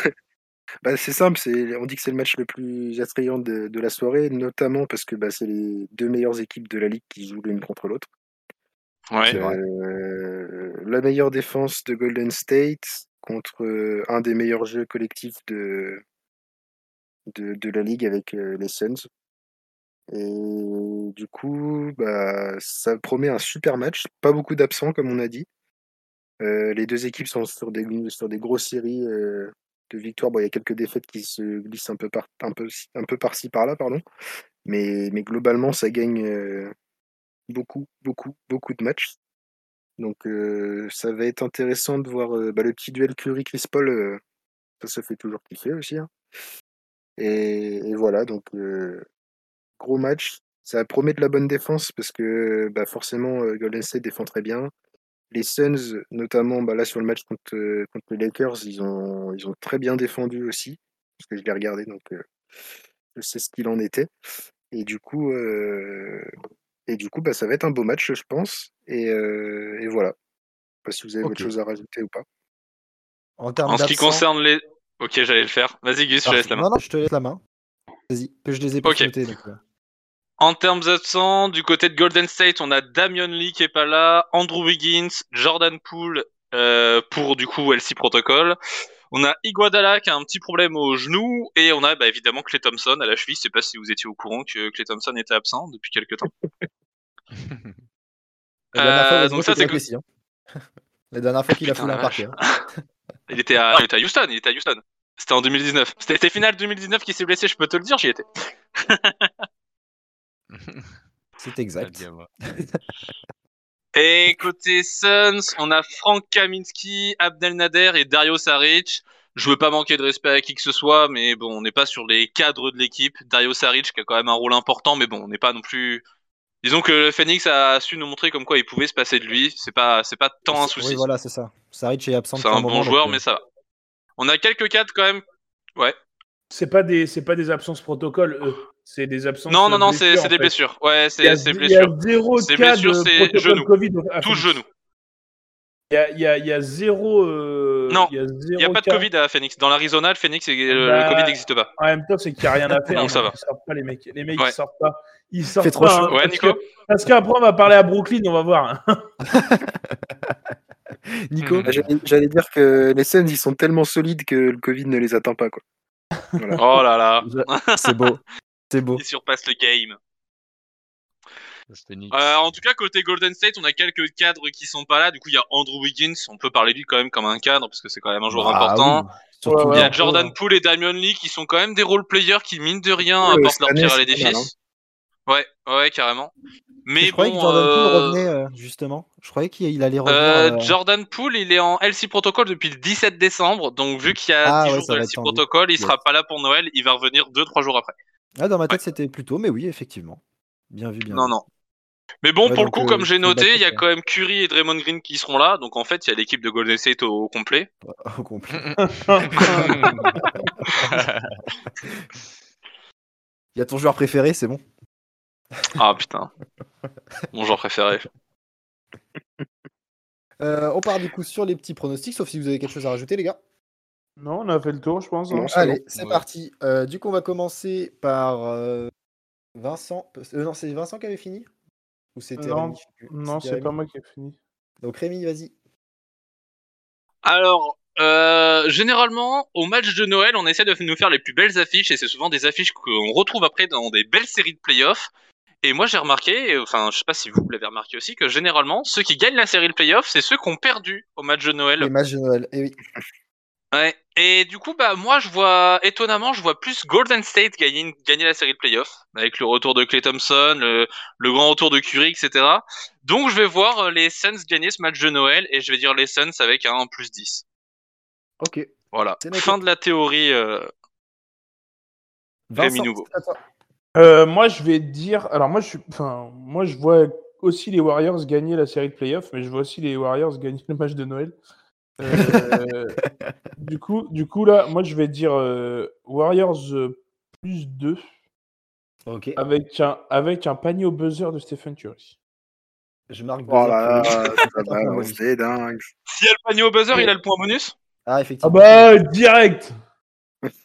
Speaker 4: Bah, c'est simple, c'est, on dit que c'est le match le plus attrayant de, de la soirée, notamment parce que bah, c'est les deux meilleures équipes de la ligue qui jouent l'une contre l'autre.
Speaker 2: Ouais.
Speaker 1: C'est vrai.
Speaker 4: Euh, la meilleure défense de Golden State contre euh, un des meilleurs jeux collectifs de, de, de la ligue avec euh, les Suns. Et du coup, bah, ça promet un super match. Pas beaucoup d'absents, comme on a dit. Euh, les deux équipes sont sur des, sur des grosses séries euh, de victoires. Bon, il y a quelques défaites qui se glissent un peu par un peu, ci- un peu par-ci par-là, pardon. Mais, mais globalement, ça gagne euh, beaucoup, beaucoup, beaucoup de matchs. Donc euh, ça va être intéressant de voir euh, bah, le petit duel Curry Chris Paul. euh, ça se fait toujours kiffer aussi. hein. Et, et voilà, donc euh, gros match. Ça promet de la bonne défense parce que bah, forcément euh, Golden State défend très bien. Les Suns, notamment bah, là sur le match contre, euh, contre les Lakers, ils ont, ils ont très bien défendu aussi. Parce que je l'ai regardé, donc euh, je sais ce qu'il en était. Et du coup, euh, et du coup bah, ça va être un beau match, je pense. Et, euh, et voilà. Je sais pas si vous avez
Speaker 1: Ok.
Speaker 4: autre chose à rajouter ou pas.
Speaker 1: En termes
Speaker 2: En ce qui
Speaker 1: d'absents-
Speaker 2: concerne les. Ok, j'allais le faire. Vas-y, Gus, je te laisse la main.
Speaker 1: Non, non, je te laisse la main. Vas-y, que je les ai pas
Speaker 2: Ok.
Speaker 1: notés. donc, euh,
Speaker 2: En termes d'absents, du côté de Golden State, on a Damian Lee qui est pas là, Andrew Wiggins, Jordan Poole euh, pour du coup LC Protocol. On a Iguodala qui a un petit problème au genou et on a bah, évidemment Clay Thompson à la cheville. Je sais pas si vous étiez au courant que Clay Thompson était absent depuis quelques temps.
Speaker 1: La dernière fois,
Speaker 2: Euh,
Speaker 1: Westbrook
Speaker 2: donc ça,
Speaker 1: était
Speaker 2: c'est que-
Speaker 1: blessé, hein. *laughs* La dernière fois qu'il a
Speaker 2: Putain,
Speaker 1: foulé un
Speaker 2: la
Speaker 1: parquet. hein.
Speaker 2: Il était à, il était à Houston, il était à Houston. C'était en 2019. C'était c'était finale 2019 qui s'est blessé, je peux te le dire, j'y étais.
Speaker 1: C'est exact.
Speaker 2: Et côté Suns, on a Frank Kaminski, Abdel Nader et Dario Saric. Je veux pas manquer de respect à qui que ce soit, mais bon, on n'est pas sur les cadres de l'équipe. Dario Saric qui a quand même un rôle important, mais bon, on n'est pas non plus. Disons que le Phoenix a su nous montrer comme quoi il pouvait se passer de lui. C'est pas, c'est pas tant un
Speaker 1: C'est-
Speaker 2: souci.
Speaker 1: Oui, voilà, c'est ça. Saric est absent
Speaker 2: c'est
Speaker 1: depuis
Speaker 2: un
Speaker 1: moment,
Speaker 2: bon joueur,
Speaker 1: donc, euh,
Speaker 2: mais ça va. On a quelques cadres quand même. Ouais.
Speaker 3: C'est pas des, c'est pas des absences protocole, eux. C'est des absences.
Speaker 2: Non, non, non,
Speaker 3: blessures,
Speaker 2: c'est c'est
Speaker 3: en
Speaker 2: des
Speaker 3: fait.
Speaker 2: blessures. Ouais,
Speaker 3: Il y a
Speaker 2: c'est c'est
Speaker 3: z- il y a
Speaker 2: blessures.
Speaker 3: zéro
Speaker 2: C'est
Speaker 3: cas
Speaker 2: blessure,
Speaker 3: de
Speaker 2: c'est
Speaker 3: protocole
Speaker 2: genou.
Speaker 3: Covid. à
Speaker 2: Tous
Speaker 3: Phoenix.
Speaker 2: genoux.
Speaker 3: Il y a, il y a- il y a zéro. euh,
Speaker 2: Non,
Speaker 3: il y a,
Speaker 2: Il n'y a
Speaker 3: zéro
Speaker 2: pas de
Speaker 3: cas.
Speaker 2: Covid à Phoenix. Dans l'Arizona, le Phoenix, et le, le
Speaker 3: Bah,
Speaker 2: Covid n'existe pas.
Speaker 3: En même temps, c'est qu'il n'y a
Speaker 2: *laughs*
Speaker 3: rien à faire.
Speaker 2: Donc, ça
Speaker 3: donc
Speaker 2: va.
Speaker 3: Ils sortent pas, les mecs. Les mecs,
Speaker 2: Ouais.
Speaker 3: ils sortent pas. Ils sortent
Speaker 1: trop
Speaker 3: pas,
Speaker 1: chaud.
Speaker 3: hein,
Speaker 2: Ouais,
Speaker 3: parce
Speaker 2: Nico
Speaker 3: que- Parce qu'après, on va parler à Brooklyn, on va voir.
Speaker 1: Nico,
Speaker 2: *laughs*
Speaker 5: Mhm.
Speaker 4: Bah, J'allais j'allais dire que les Suns, ils sont tellement solides que le Covid ne les atteint pas. Quoi. Voilà.
Speaker 2: Oh
Speaker 1: *laughs*
Speaker 2: là là,
Speaker 1: *laughs* c'est beau. C'est beau.
Speaker 2: il surpasse le game.
Speaker 5: Le Phoenix.
Speaker 2: Euh, en tout cas, côté Golden State, on a quelques cadres qui sont pas là. Du coup, il y a Andrew Wiggins. On peut parler de lui quand même comme un cadre parce que c'est quand même un joueur
Speaker 1: Bah
Speaker 2: important.
Speaker 1: oui, surtout
Speaker 2: Il y
Speaker 3: Ouais,
Speaker 2: a
Speaker 3: on peut,
Speaker 2: Jordan
Speaker 3: ouais.
Speaker 2: Poole et Damian Lee qui sont quand même des role players qui, mine de rien,
Speaker 4: Ouais,
Speaker 2: apportent
Speaker 4: cette
Speaker 2: leur
Speaker 4: année,
Speaker 2: pierre à
Speaker 4: c'est pas mal,
Speaker 2: l'édifice. Ouais, ouais, carrément. Mais
Speaker 1: hein. je
Speaker 2: bon,
Speaker 1: croyais que Jordan Poole
Speaker 2: euh,
Speaker 1: revenait, euh, justement. Je croyais qu'il allait revenir.
Speaker 2: Euh,
Speaker 1: euh,
Speaker 2: Jordan Poole, il est en LC Protocol depuis le 17 décembre, donc vu qu'il y a
Speaker 1: Ah
Speaker 2: 10
Speaker 1: ouais,
Speaker 2: jours
Speaker 1: ça
Speaker 2: de
Speaker 1: va
Speaker 2: LC
Speaker 1: être tendu.
Speaker 2: Protocol, il
Speaker 1: Yes.
Speaker 2: sera pas là pour Noël, il va revenir 2-3 jours après.
Speaker 1: Ah, dans ma tête, c'était plus tôt, mais oui, effectivement. Bien vu, bien
Speaker 2: Non,
Speaker 1: vu.
Speaker 2: non. Mais bon,
Speaker 1: Ouais,
Speaker 2: pour le
Speaker 1: donc,
Speaker 2: coup,
Speaker 1: euh,
Speaker 2: comme j'ai
Speaker 1: c'est une
Speaker 2: noté, il y a
Speaker 1: bataille,
Speaker 2: quand même Curry et Draymond Green qui seront là, donc en fait, il y a l'équipe de Golden State au, au complet.
Speaker 1: *laughs* Au complet. *laughs* Il y a ton joueur préféré, c'est bon.
Speaker 2: Ah
Speaker 1: *laughs*
Speaker 2: putain. Mon genre préféré.
Speaker 1: Euh, on part du coup sur les petits pronostics, sauf si vous avez quelque chose à rajouter, les gars.
Speaker 3: Non, on a fait le tour, je pense. hein.
Speaker 4: Non, c'est
Speaker 1: Allez, c'est
Speaker 5: Ouais.
Speaker 1: parti. Euh, du coup, on va commencer par euh, Vincent. Euh, non, c'est Vincent qui avait fini Ou c'était
Speaker 3: Non,
Speaker 1: Rémi, je sais plus.
Speaker 3: Non,
Speaker 1: C'était
Speaker 3: c'est pas
Speaker 1: Rémi.
Speaker 3: moi qui ai fini.
Speaker 1: Donc Rémi, vas-y.
Speaker 2: Alors, euh, généralement, au match de Noël, on essaie de nous faire les plus belles affiches, et c'est souvent des affiches qu'on retrouve après dans des belles séries de playoffs. Et moi, j'ai remarqué, et, enfin, je sais pas si vous l'avez remarqué aussi, que généralement, ceux qui gagnent la série de playoffs, c'est ceux qui ont perdu au match de Noël.
Speaker 1: Les matchs de Noël. Eh oui.
Speaker 2: Ouais. Et du coup, bah, moi, je vois, étonnamment, je vois plus Golden State gagner, une- gagner la série de playoffs, avec le retour de Clay Thompson, le, le grand retour de Curry, etc. Donc, je vais voir euh, les Suns gagner ce match de Noël, et je vais dire les Suns avec un plus 10.
Speaker 1: Ok.
Speaker 2: Voilà.
Speaker 1: C'est noté.
Speaker 2: Fin de la théorie. euh, Rémi
Speaker 1: Vincent,
Speaker 2: Nouveau.
Speaker 1: c'est à toi.
Speaker 3: Euh, moi, je vais dire. Alors, moi, je suis. Enfin, moi, je vois aussi les Warriors gagner la série de playoffs, mais je vois aussi les Warriors gagner le match de Noël.
Speaker 2: *laughs*
Speaker 3: Euh, du coup, du coup, là, moi, je vais dire euh, Warriors euh, plus 2
Speaker 1: Ok.
Speaker 3: avec un avec un panier au buzzer de Stephen Curry.
Speaker 1: Je marque. Ah,
Speaker 4: Oh
Speaker 1: buzzer
Speaker 4: là
Speaker 1: pour- *laughs*
Speaker 4: là, ça balance, c'est dingue.
Speaker 2: S'il y a le panier au buzzer, il a le point bonus
Speaker 1: Ah,
Speaker 3: Ah
Speaker 1: effectivement.
Speaker 3: bah direct.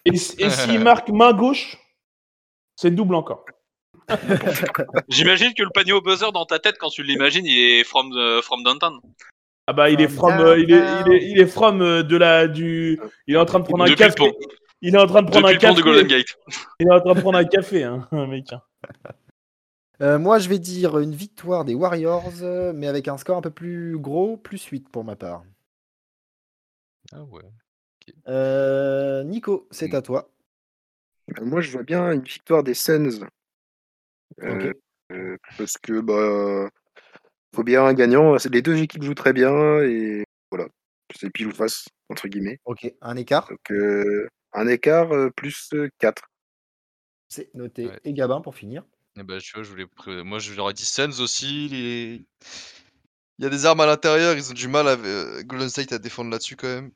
Speaker 3: Et, s- et
Speaker 2: *laughs*
Speaker 3: s'il marque main gauche, c'est double encore.
Speaker 2: J'imagine que le panier au buzzer dans ta tête, quand tu l'imagines, il est from, euh, from downtown.
Speaker 3: Ah bah il est from, euh, il, est, il, est, il est from euh, de la du, il est en train de prendre un
Speaker 2: Depuis le
Speaker 3: café.
Speaker 2: pont.
Speaker 3: Il est en train de prendre
Speaker 2: Depuis
Speaker 3: un
Speaker 2: le pont de
Speaker 3: café.
Speaker 2: Golden Gate.
Speaker 3: Il est en train de prendre un café, hein, *laughs* mec.
Speaker 1: Euh, moi, je vais dire une victoire des Warriors, euh, mais avec un score un peu plus gros, plus 8 pour ma part.
Speaker 5: Ah ouais.
Speaker 1: Euh, Nico, c'est à toi.
Speaker 4: Euh, Moi, je vois bien une victoire des Suns. Euh, euh, parce que, bah, faut bien un gagnant. Les deux équipes jouent très bien et voilà. C'est pile ou face, entre guillemets.
Speaker 1: Ok. Un écart.
Speaker 4: Donc, euh, un écart euh, plus 4.
Speaker 1: C'est noté.
Speaker 5: Ouais.
Speaker 1: Et Gabin pour finir.
Speaker 5: Eh ben, tu vois, je voulais pré- moi je leur ai dit Suns aussi. les- Il y a des armes à l'intérieur, ils ont du mal à euh, Golden State à défendre là-dessus quand même.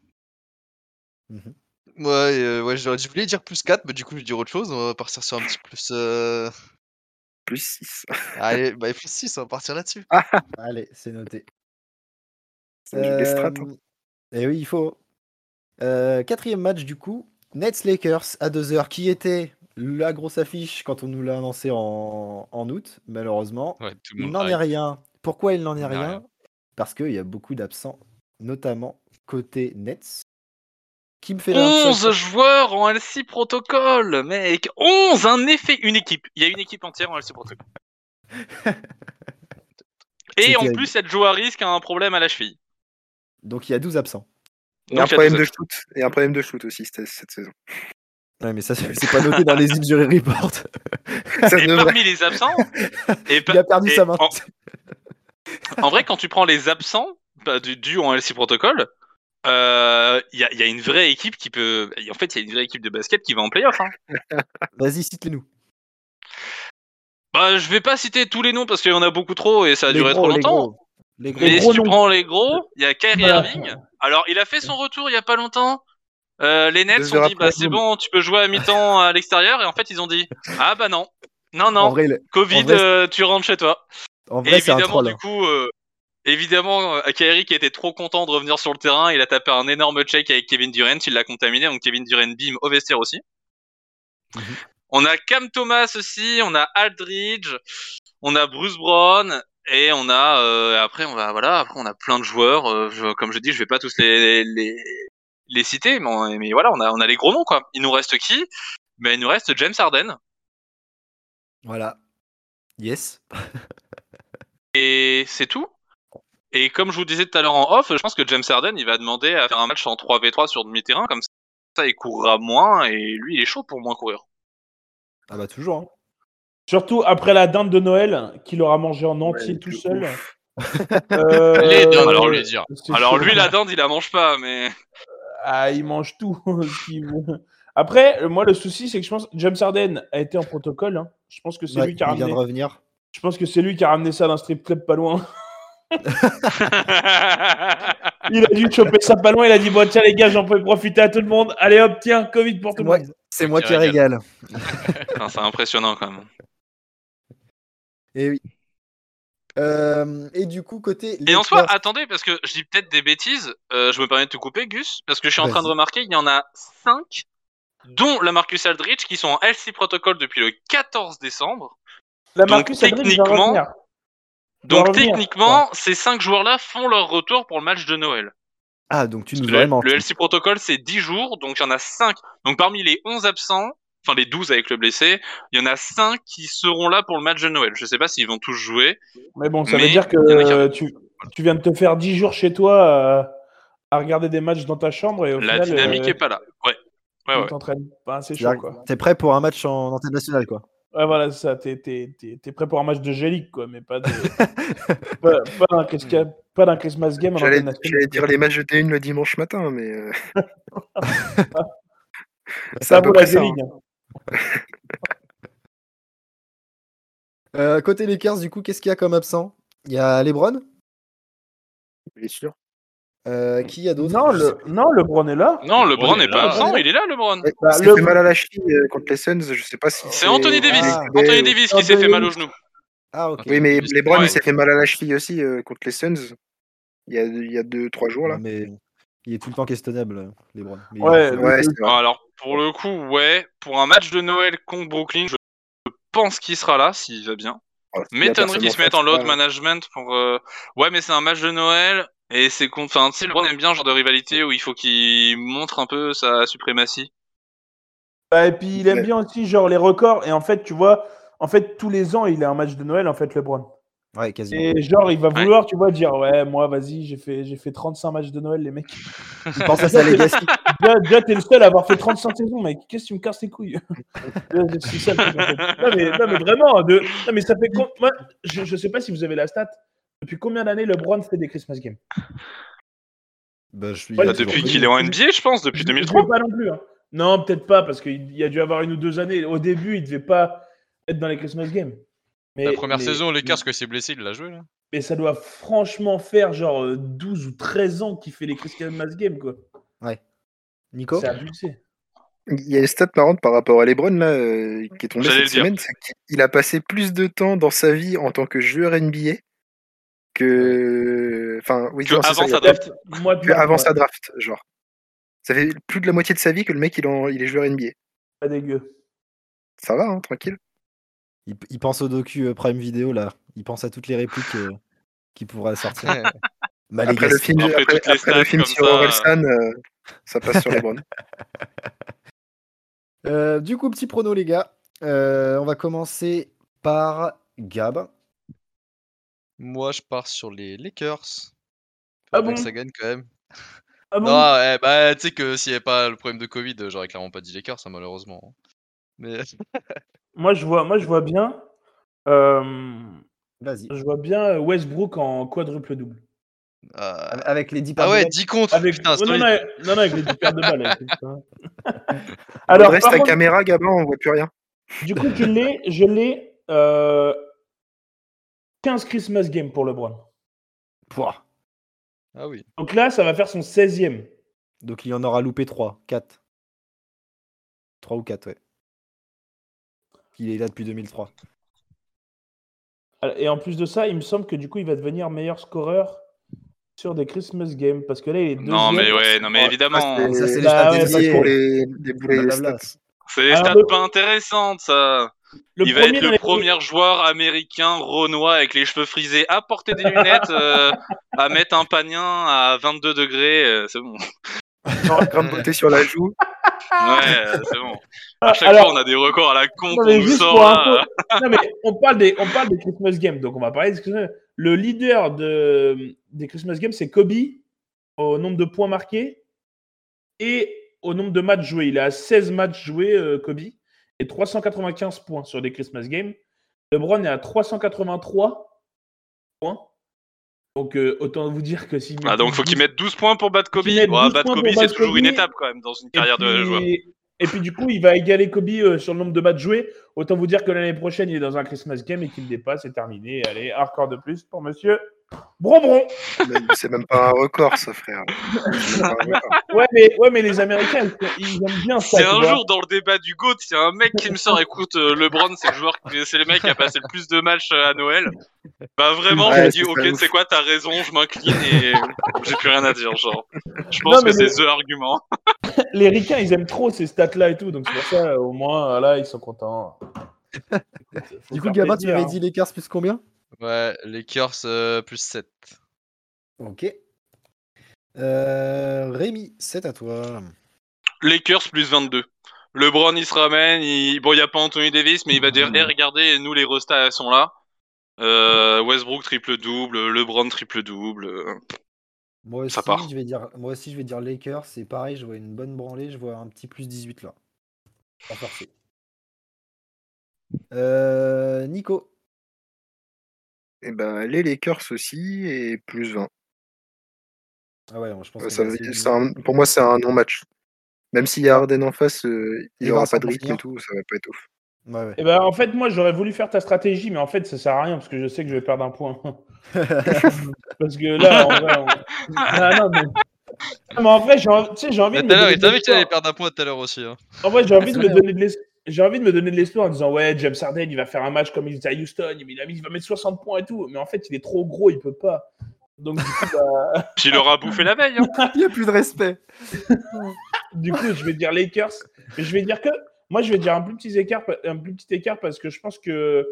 Speaker 1: Mhm.
Speaker 5: Ouais, et, euh, ouais, je leur ai dit, je voulais dire plus 4, mais du coup, je vais dire autre chose. On va partir sur un petit plus. euh,
Speaker 4: Plus *laughs* 6.
Speaker 5: Allez, bah, plus 6, on va partir là-dessus.
Speaker 1: Allez, c'est noté.
Speaker 4: Ça
Speaker 1: Euh,
Speaker 4: joue des strates, hein.
Speaker 1: Et eh oui, il faut. Euh, quatrième match du coup, Nets Lakers à 2h, qui était la grosse affiche quand on nous l'a annoncé en, en août, malheureusement.
Speaker 5: Ouais, tout
Speaker 1: Il n'en est rien. Pourquoi il n'en est
Speaker 5: Il n'en est
Speaker 1: rien,
Speaker 5: rien.
Speaker 1: Parce qu'il y a beaucoup d'absents, notamment côté Nets. Qui me fait l'impression-
Speaker 2: 11 joueurs en LC protocole, mec 11 Un effet, une équipe. Il y a une équipe entière en
Speaker 1: *laughs*
Speaker 2: LC protocole.
Speaker 1: C'est
Speaker 2: Et en
Speaker 1: terrible.
Speaker 2: plus, cette joue à risque a un problème à la cheville.
Speaker 1: Donc il y a 12 absents.
Speaker 4: Et
Speaker 2: Donc,
Speaker 4: un
Speaker 2: il y a
Speaker 4: problème
Speaker 2: deux
Speaker 4: de
Speaker 2: autres.
Speaker 4: shoot. Et un problème de shoot aussi cette, cette saison.
Speaker 1: Ouais, mais ça, c'est c'est pas noté dans les *laughs* injury reports.
Speaker 4: Ça
Speaker 2: Et
Speaker 4: devrait-
Speaker 2: parmi
Speaker 1: *laughs*
Speaker 2: les absents, et par-
Speaker 1: Il a perdu
Speaker 2: et
Speaker 1: sa main.
Speaker 2: en- En vrai, quand tu prends les absents bah, du, du en LC Protocol, euh, il y, a- il y a une vraie équipe qui peut. En fait, il y a une vraie équipe de basket qui va en playoff. Hein.
Speaker 1: Vas-y, cite-les-nous.
Speaker 2: Bah, je vais pas citer tous les noms parce qu'il y en a beaucoup trop et ça a
Speaker 1: Les
Speaker 2: duré
Speaker 1: gros,
Speaker 2: trop
Speaker 1: les
Speaker 2: longtemps. hein.
Speaker 1: gros. Les gros.
Speaker 2: Mais
Speaker 3: gros
Speaker 2: si tu
Speaker 3: noms.
Speaker 2: prends les gros, il y a Kyrie
Speaker 3: Voilà.
Speaker 2: Irving. Alors, il a fait son retour il y a pas longtemps. Euh, les Nets
Speaker 4: Deux
Speaker 2: ont
Speaker 4: heures
Speaker 2: dit
Speaker 4: après
Speaker 2: bah,
Speaker 4: la
Speaker 2: c'est bon, tu peux jouer à mi-temps à l'extérieur. Et en fait, ils ont dit ah bah non, non,
Speaker 1: En
Speaker 2: non,
Speaker 1: vrai, le-
Speaker 2: Covid,
Speaker 1: en vrai, c'est-
Speaker 2: euh, tu rentres chez toi.
Speaker 1: en
Speaker 2: Et
Speaker 1: vrai, c'est un
Speaker 2: évidemment,
Speaker 1: troll. hein.
Speaker 2: du coup, euh, évidemment, euh, Kyrie qui était trop content de revenir sur le terrain, il a tapé un énorme check avec Kevin Durant, il l'a contaminé, donc Kevin Durant bim au vestiaire aussi.
Speaker 1: Mhm.
Speaker 2: On a Cam Thomas aussi, on a Aldridge, on a Bruce Brown et on a euh, après on va voilà après on a plein de joueurs. euh, je- comme je dis, je vais pas tous les les, les citer, mais, on- mais voilà on a on a les gros noms quoi. Il nous reste qui Ben il nous reste James Harden.
Speaker 1: Voilà. Yes.
Speaker 2: Et c'est tout. Et comme je vous disais tout à l'heure en off, je pense que James Harden, il va demander à faire un match en 3v3 sur demi-terrain, comme ça, il courra moins, et lui, il est chaud pour moins courir.
Speaker 1: Ah bah toujours. hein.
Speaker 3: Surtout après la dinde de Noël qu'il aura mangé en entier
Speaker 4: Ouais,
Speaker 3: tout
Speaker 4: de
Speaker 3: seul.
Speaker 4: ouf.
Speaker 3: Euh,
Speaker 2: Les dindes,
Speaker 5: Alors, lui dire.
Speaker 3: c'est
Speaker 2: Alors
Speaker 3: chaud.
Speaker 2: lui, la dinde, il la mange pas, mais... *laughs*
Speaker 3: Ah, il mange tout. *laughs* ce qu'il veut. Après, euh, moi, le souci, c'est que je pense James Harden a été en protocole. hein. Je pense que c'est
Speaker 1: Ouais,
Speaker 3: lui qui a
Speaker 1: il vient de
Speaker 3: ramené.
Speaker 1: revenir.
Speaker 3: Je pense que c'est lui qui a ramené ça d'un strip club pas loin. *laughs* Il a dû choper ça pas loin. Il a dit bon tiens les gars, j'en peux profiter à tout le monde. Allez hop tiens Covid pour tout
Speaker 1: C'est
Speaker 3: le
Speaker 1: moi,
Speaker 3: monde.
Speaker 1: c'est moi
Speaker 5: qui
Speaker 1: qui régale.
Speaker 2: Putain, c'est impressionnant, quand même.
Speaker 1: Et Eh oui. Euh, et du coup, côté.
Speaker 2: Et en soi,
Speaker 1: Lakers-
Speaker 2: attendez, parce que je dis peut-être des bêtises, euh, je me permets de te couper, Gus, parce que je suis en train de
Speaker 1: Vas-y.
Speaker 2: remarquer, il y en a 5, dont la Marcus Aldridge, qui sont en LC Protocol depuis le 14 décembre.
Speaker 3: La
Speaker 2: Donc,
Speaker 3: Aldridge va
Speaker 2: techniquement-
Speaker 3: revenir.
Speaker 2: Donc
Speaker 3: revenir,
Speaker 2: techniquement, ces 5 joueurs-là font leur retour pour le match de Noël.
Speaker 1: Ah, donc tu nous as
Speaker 2: Le,
Speaker 1: vraiment.
Speaker 2: le LC Protocol, c'est 10 jours, donc il y en a 5. Donc parmi les 11 absents, enfin les 12 avec le blessé, il y en a 5 qui seront là pour le match de Noël. Je sais pas s'ils vont tous jouer.
Speaker 3: Mais bon, ça
Speaker 2: Mais
Speaker 3: veut dire que
Speaker 2: il y en a qui
Speaker 3: euh, tu, tu viens de te faire 10 jours chez toi euh, à regarder des matchs dans ta chambre et au
Speaker 2: La
Speaker 3: final,
Speaker 2: dynamique
Speaker 3: euh,
Speaker 2: est pas là. Ouais. Ouais,
Speaker 3: tu
Speaker 2: ouais.
Speaker 3: t'entraînes pas, c'est chaud
Speaker 1: C'est-à-dire
Speaker 3: quoi.
Speaker 1: que T'es prêt pour un match en international, quoi.
Speaker 3: Ouais, voilà, c'est ça, t'es, t'es, t'es, t'es prêt pour un match de G-League quoi,
Speaker 4: *laughs*
Speaker 3: mais pas, de- pas, pas d'un, Chrisca- pas d'un Christmas game. en
Speaker 4: J'allais
Speaker 3: international.
Speaker 4: j'allais dire les matchs de T1 le dimanche matin, mais
Speaker 3: *laughs*
Speaker 4: euh, c'est
Speaker 3: Ça
Speaker 4: à peu
Speaker 3: vaut la
Speaker 4: près ça. hein.
Speaker 3: G-League. hein.
Speaker 1: Euh, côté Lakers, du coup, qu'est-ce qu'il y a comme absent Il y a Lebron
Speaker 4: Il est sûr.
Speaker 1: Euh, Qui il y a d'autres
Speaker 3: Non,
Speaker 1: Je sais
Speaker 3: le, non, LeBron est là.
Speaker 2: Non, LeBron
Speaker 6: il est
Speaker 2: n'est pas
Speaker 6: là.
Speaker 2: absent, il est là, LeBron.
Speaker 4: Ouais,
Speaker 3: Bah,
Speaker 4: il s'est
Speaker 3: le-
Speaker 4: fait mal à la cheville euh, contre les Suns, je sais pas si
Speaker 2: C'est Anthony Davis.
Speaker 1: Ah.
Speaker 2: Anthony Davis qui s'est fait
Speaker 3: Anthony
Speaker 2: mal au genou.
Speaker 1: Ah, ok.
Speaker 4: Oui, mais
Speaker 2: Davis.
Speaker 4: LeBron
Speaker 2: Ouais.
Speaker 4: il s'est fait mal à la cheville aussi euh, contre les Suns. Il y a, il y a deux, trois jours là.
Speaker 1: Non,
Speaker 3: Mm.
Speaker 1: mais il est tout le temps questionnable, Lebron. Mais-
Speaker 3: Ouais, mais-
Speaker 4: Ouais, c'est vrai.
Speaker 2: Ah, alors, pour le coup, ouais, pour un match de Noël contre Brooklyn, je pense qu'il sera là, s'il va bien.
Speaker 4: Ouais, il y a
Speaker 2: M'étonnerait
Speaker 4: personne
Speaker 2: qu'il
Speaker 4: en
Speaker 2: se
Speaker 4: face,
Speaker 2: mette en load
Speaker 4: ouais.
Speaker 2: management pour. euh, Ouais, mais c'est un match de Noël. Et c'est con. Enfin, tu sais, LeBron aime bien ce genre de rivalité où il faut qu'il montre un peu sa suprématie.
Speaker 3: Bah, et puis il aime
Speaker 4: Ouais.
Speaker 3: bien aussi genre les records. Et en fait, tu vois, en fait, tous les ans, il a un match de Noël, en fait, LeBron.
Speaker 1: Ouais, quasiment.
Speaker 3: Et genre, il va
Speaker 2: Ouais.
Speaker 3: vouloir, tu vois, dire Ouais, moi, vas-y, j'ai fait, j'ai fait 35 matchs de Noël, les mecs.
Speaker 1: Il pense à sa
Speaker 3: *laughs*
Speaker 1: legacy.
Speaker 3: Déjà, déjà, t'es le seul à avoir fait 35 saisons, mec. Qu'est-ce que tu me casses les couilles Déjà, c'est ça, le truc, en fait. non, mais, non, mais vraiment, de... non, mais ça fait. com- Moi, je, je sais pas si vous avez la stat. Depuis combien d'années LeBron fait des Christmas games
Speaker 1: Bah, je suis-
Speaker 3: Ouais,
Speaker 1: il a
Speaker 2: Bah,
Speaker 1: toujours
Speaker 2: depuis
Speaker 1: connu.
Speaker 2: qu'il est en NBA, je pense, depuis
Speaker 3: Je- je
Speaker 2: 2003.
Speaker 3: sais pas non plus. hein. Non, peut-être pas, parce qu'il y a dû avoir une ou deux années. Au début, il devait pas être dans les Christmas games. Mais,
Speaker 5: La première
Speaker 3: mais-
Speaker 5: saison, les Lakers, quand il s'est blessé, il l'a joué là.
Speaker 3: Mais ça doit franchement faire genre euh, 12 ou 13 ans qu'il fait les Christmas games, quoi.
Speaker 1: Nico
Speaker 3: C'est abusé.
Speaker 4: Il y a une stat marrante par rapport à LeBron là, euh, qui est tombée
Speaker 2: J'allais
Speaker 4: cette
Speaker 2: le dire.
Speaker 4: semaine, c'est qu'il a passé plus de temps dans sa vie en tant que joueur NBA que, enfin, oui,
Speaker 2: Que
Speaker 4: non, c'est
Speaker 2: avant
Speaker 4: ça,
Speaker 2: sa draft.
Speaker 3: Moi, de
Speaker 4: que avant
Speaker 3: ouais,
Speaker 4: sa draft, genre. Ça fait plus de la moitié de sa vie que le mec il, en- il est joueur NBA.
Speaker 3: pas dégueu.
Speaker 4: Ça va, hein, tranquille.
Speaker 1: il, il pense au docu euh, Prime Video, là. Il pense à toutes les répliques euh, qu'il pourra *laughs* sortir.
Speaker 2: Ah,
Speaker 1: Ma
Speaker 4: Après le
Speaker 1: legacy.
Speaker 4: film,
Speaker 2: Après
Speaker 4: après-
Speaker 2: toutes les
Speaker 4: après le
Speaker 2: stats
Speaker 4: film
Speaker 2: comme
Speaker 4: sur
Speaker 2: ça,
Speaker 4: Orelsan, euh, ça passe
Speaker 1: *laughs*
Speaker 4: sur LeBron.
Speaker 1: Euh, du coup, petit prono, les gars. Euh, on va commencer par Gab.
Speaker 5: *laughs* Moi, je pars sur les Lakers.
Speaker 3: Ah
Speaker 5: Faudrait bien que
Speaker 3: bon
Speaker 5: ça gagne quand même.
Speaker 3: Ah bon
Speaker 5: Non, eh, bah, tu sais que s'il n'y avait pas le problème de Covid, euh, j'aurais clairement pas dit Lakers, hein, malheureusement. Mais *laughs*
Speaker 3: Moi, je vois, moi, je vois bien. euh,
Speaker 1: Vas-y.
Speaker 3: je vois bien euh, Westbrook en quadruple double.
Speaker 5: Ah,
Speaker 1: Av- Avec les 10
Speaker 5: ah
Speaker 1: par
Speaker 5: ouais,
Speaker 1: direct.
Speaker 5: 10 contre.
Speaker 3: Avec, oh,
Speaker 5: Putain,
Speaker 3: non, non,
Speaker 5: solide.
Speaker 3: non, non, non, avec les deux paires de balles. avec- hein.
Speaker 4: Alors,
Speaker 3: Alors,
Speaker 4: reste
Speaker 3: par
Speaker 4: ta
Speaker 3: contre,
Speaker 4: caméra, Gabin, on voit plus rien.
Speaker 3: du coup, je l'ai, je l'ai euh, 15 Christmas games pour LeBron.
Speaker 1: Pouah.
Speaker 5: Ah oui.
Speaker 3: Donc là, ça va faire son 16e.
Speaker 1: Donc il en aura loupé 3, 4. 3 ou 4, ouais. Il est là depuis 2003.
Speaker 3: Et en plus de ça, il me semble que du coup, il va devenir meilleur scoreur sur des Christmas games. Parce que là, il est deuxième.
Speaker 2: Non, mais ouais, non, mais évidemment.
Speaker 4: Ah,
Speaker 1: Ça, c'est les stats
Speaker 3: Bah ouais,
Speaker 1: des
Speaker 3: parce
Speaker 4: C'est
Speaker 1: alliés.
Speaker 4: pour les, les boulets et les
Speaker 1: Blablabla.
Speaker 4: stats.
Speaker 2: C'est des
Speaker 3: Ah,
Speaker 2: stats
Speaker 3: le-
Speaker 2: pas intéressantes, ça.
Speaker 3: Le
Speaker 2: il va
Speaker 3: premier
Speaker 2: être
Speaker 3: dans
Speaker 2: le
Speaker 3: les-
Speaker 2: premier joueur américain renois avec les cheveux frisés à porter des lunettes, euh, à mettre un panien à 22 degrés. euh, c'est bon. Ouais,
Speaker 4: Un grain de beauté sur la joue.
Speaker 2: euh, c'est bon. À
Speaker 3: Ah,
Speaker 2: chaque
Speaker 3: alors-
Speaker 2: fois, on a des records à la con
Speaker 3: Non,
Speaker 2: qu'on
Speaker 3: mais
Speaker 2: nous
Speaker 3: juste
Speaker 2: sort.
Speaker 3: pour
Speaker 2: là.
Speaker 3: info- Non, mais on parle des, on parle des Christmas Games, donc on va parler des Christmas- Le leader de, des Christmas Games, c'est Kobe, au nombre de points marqués et au nombre de matchs joués. Il a 16 matchs joués, euh, Kobe, et 395 points sur des Christmas Games. LeBron est à 383 points. Donc, euh, autant vous dire que si.
Speaker 2: Ah, donc faut qu'il mette 12 points pour battre Kobe.
Speaker 3: Qu'il mette
Speaker 2: Ouais,
Speaker 3: 12
Speaker 2: battre
Speaker 3: points
Speaker 2: Kobe,
Speaker 3: pour
Speaker 2: c'est
Speaker 3: battre
Speaker 2: toujours une
Speaker 3: Kobe.
Speaker 2: étape quand même dans une
Speaker 3: Et
Speaker 2: carrière de
Speaker 3: puis-
Speaker 2: joueur.
Speaker 3: Et puis du coup, il va égaler Kobe euh, sur le nombre de matchs joués. Autant vous dire que l'année prochaine, il est dans un Christmas game et qu'il le dépasse. C'est terminé. Allez, un record de plus pour monsieur Bron, bron.
Speaker 4: Même- C'est même pas un record, ça, frère. C'est même pas un record.
Speaker 3: Ouais, mais, ouais, mais les Américains, ils, ils aiment bien ça.
Speaker 2: C'est
Speaker 3: tu
Speaker 2: un
Speaker 3: vois.
Speaker 2: jour dans le débat du GOAT, il y a un mec qui me sort, écoute, euh, LeBron, c'est le joueur, qui- c'est le mec qui a passé le plus de matchs euh, à Noël. Bah vraiment, je
Speaker 4: Ouais,
Speaker 2: me dis,
Speaker 4: c'est
Speaker 2: ok,
Speaker 4: pas
Speaker 2: tu
Speaker 4: ouf.
Speaker 2: sais quoi, t'as raison, je m'incline et j'ai plus rien à dire, genre. Je
Speaker 3: Non,
Speaker 2: pense
Speaker 3: mais
Speaker 2: que c'est
Speaker 3: le-
Speaker 2: ce argument.
Speaker 3: Les Ricains, ils aiment trop ces stats-là et tout. Donc, c'est pour ça, euh, au moins, euh, là, ils sont contents. Faut
Speaker 1: Du coup,
Speaker 3: faire
Speaker 1: Gabin, tu
Speaker 3: plaisir,
Speaker 1: m'avais
Speaker 3: hein.
Speaker 1: dit l'écart plus combien
Speaker 5: Ouais, les Curse plus 7.
Speaker 1: Ok. Euh, Rémi, c'est à toi.
Speaker 2: Lakers plus 22. LeBron, il se ramène, il... bon, il n'y a pas Anthony Davis, mais il va dire,
Speaker 1: Mhm.
Speaker 2: Eh, regardez, nous, les restats elles sont là. Euh, Westbrook triple-double, LeBron triple-double. euh.
Speaker 1: Moi aussi,
Speaker 2: Ça part.
Speaker 1: Je vais dire, moi aussi, je vais dire Lakers. C'est pareil, je vois une bonne branlée. Je vois un petit plus 18 là. Pas forcé. Euh, Nico.
Speaker 4: Et ben, les Lakers aussi, et plus 20.
Speaker 1: Ah ouais, je pense
Speaker 4: Ça
Speaker 1: qu'on a
Speaker 4: veut
Speaker 1: assez
Speaker 4: dire-
Speaker 1: dit.
Speaker 4: c'est un- pour moi, c'est un non-match. Même s'il y a Harden en face, euh,
Speaker 1: Et
Speaker 4: il n'y aura
Speaker 1: Vincent
Speaker 4: pas de
Speaker 1: pour
Speaker 4: rythme
Speaker 1: finir.
Speaker 4: et tout, ça va pas être ouf.
Speaker 1: Ouais, ouais.
Speaker 3: Eh ben, en fait, moi, j'aurais voulu faire ta stratégie, mais en fait, ça sert à rien parce que je sais que je vais perdre un point. parce que là, en vrai, on- Ah, non, mais... Non, mais en vrai, j'ai envie, tu sais, j'ai envie
Speaker 5: Mais
Speaker 3: de
Speaker 5: tout à
Speaker 3: me
Speaker 5: l'heure,
Speaker 3: donner
Speaker 5: il
Speaker 3: de
Speaker 5: savait que tu allais
Speaker 3: l'espoir.
Speaker 5: perdre un point tout à l'heure aussi. hein.
Speaker 3: En vrai, j'ai envie,
Speaker 1: Ah, c'est
Speaker 3: de me
Speaker 1: vrai,
Speaker 3: donner de l'es- j'ai envie de me donner de l'espoir en disant Ouais, James Harden, il va faire un match comme il faisait à Houston, il, a mis- il va mettre 60 points et tout. Mais en fait, il est trop gros, il peut pas. Donc, du coup, bah,
Speaker 2: Puis il aura bouffé la veille. hein.
Speaker 1: *laughs* Il n'y a plus de respect.
Speaker 3: Du coup, je vais dire Lakers. Mais je vais dire que. Moi, je vais dire un plus petit écart, un plus petit écart parce que je pense que. euh,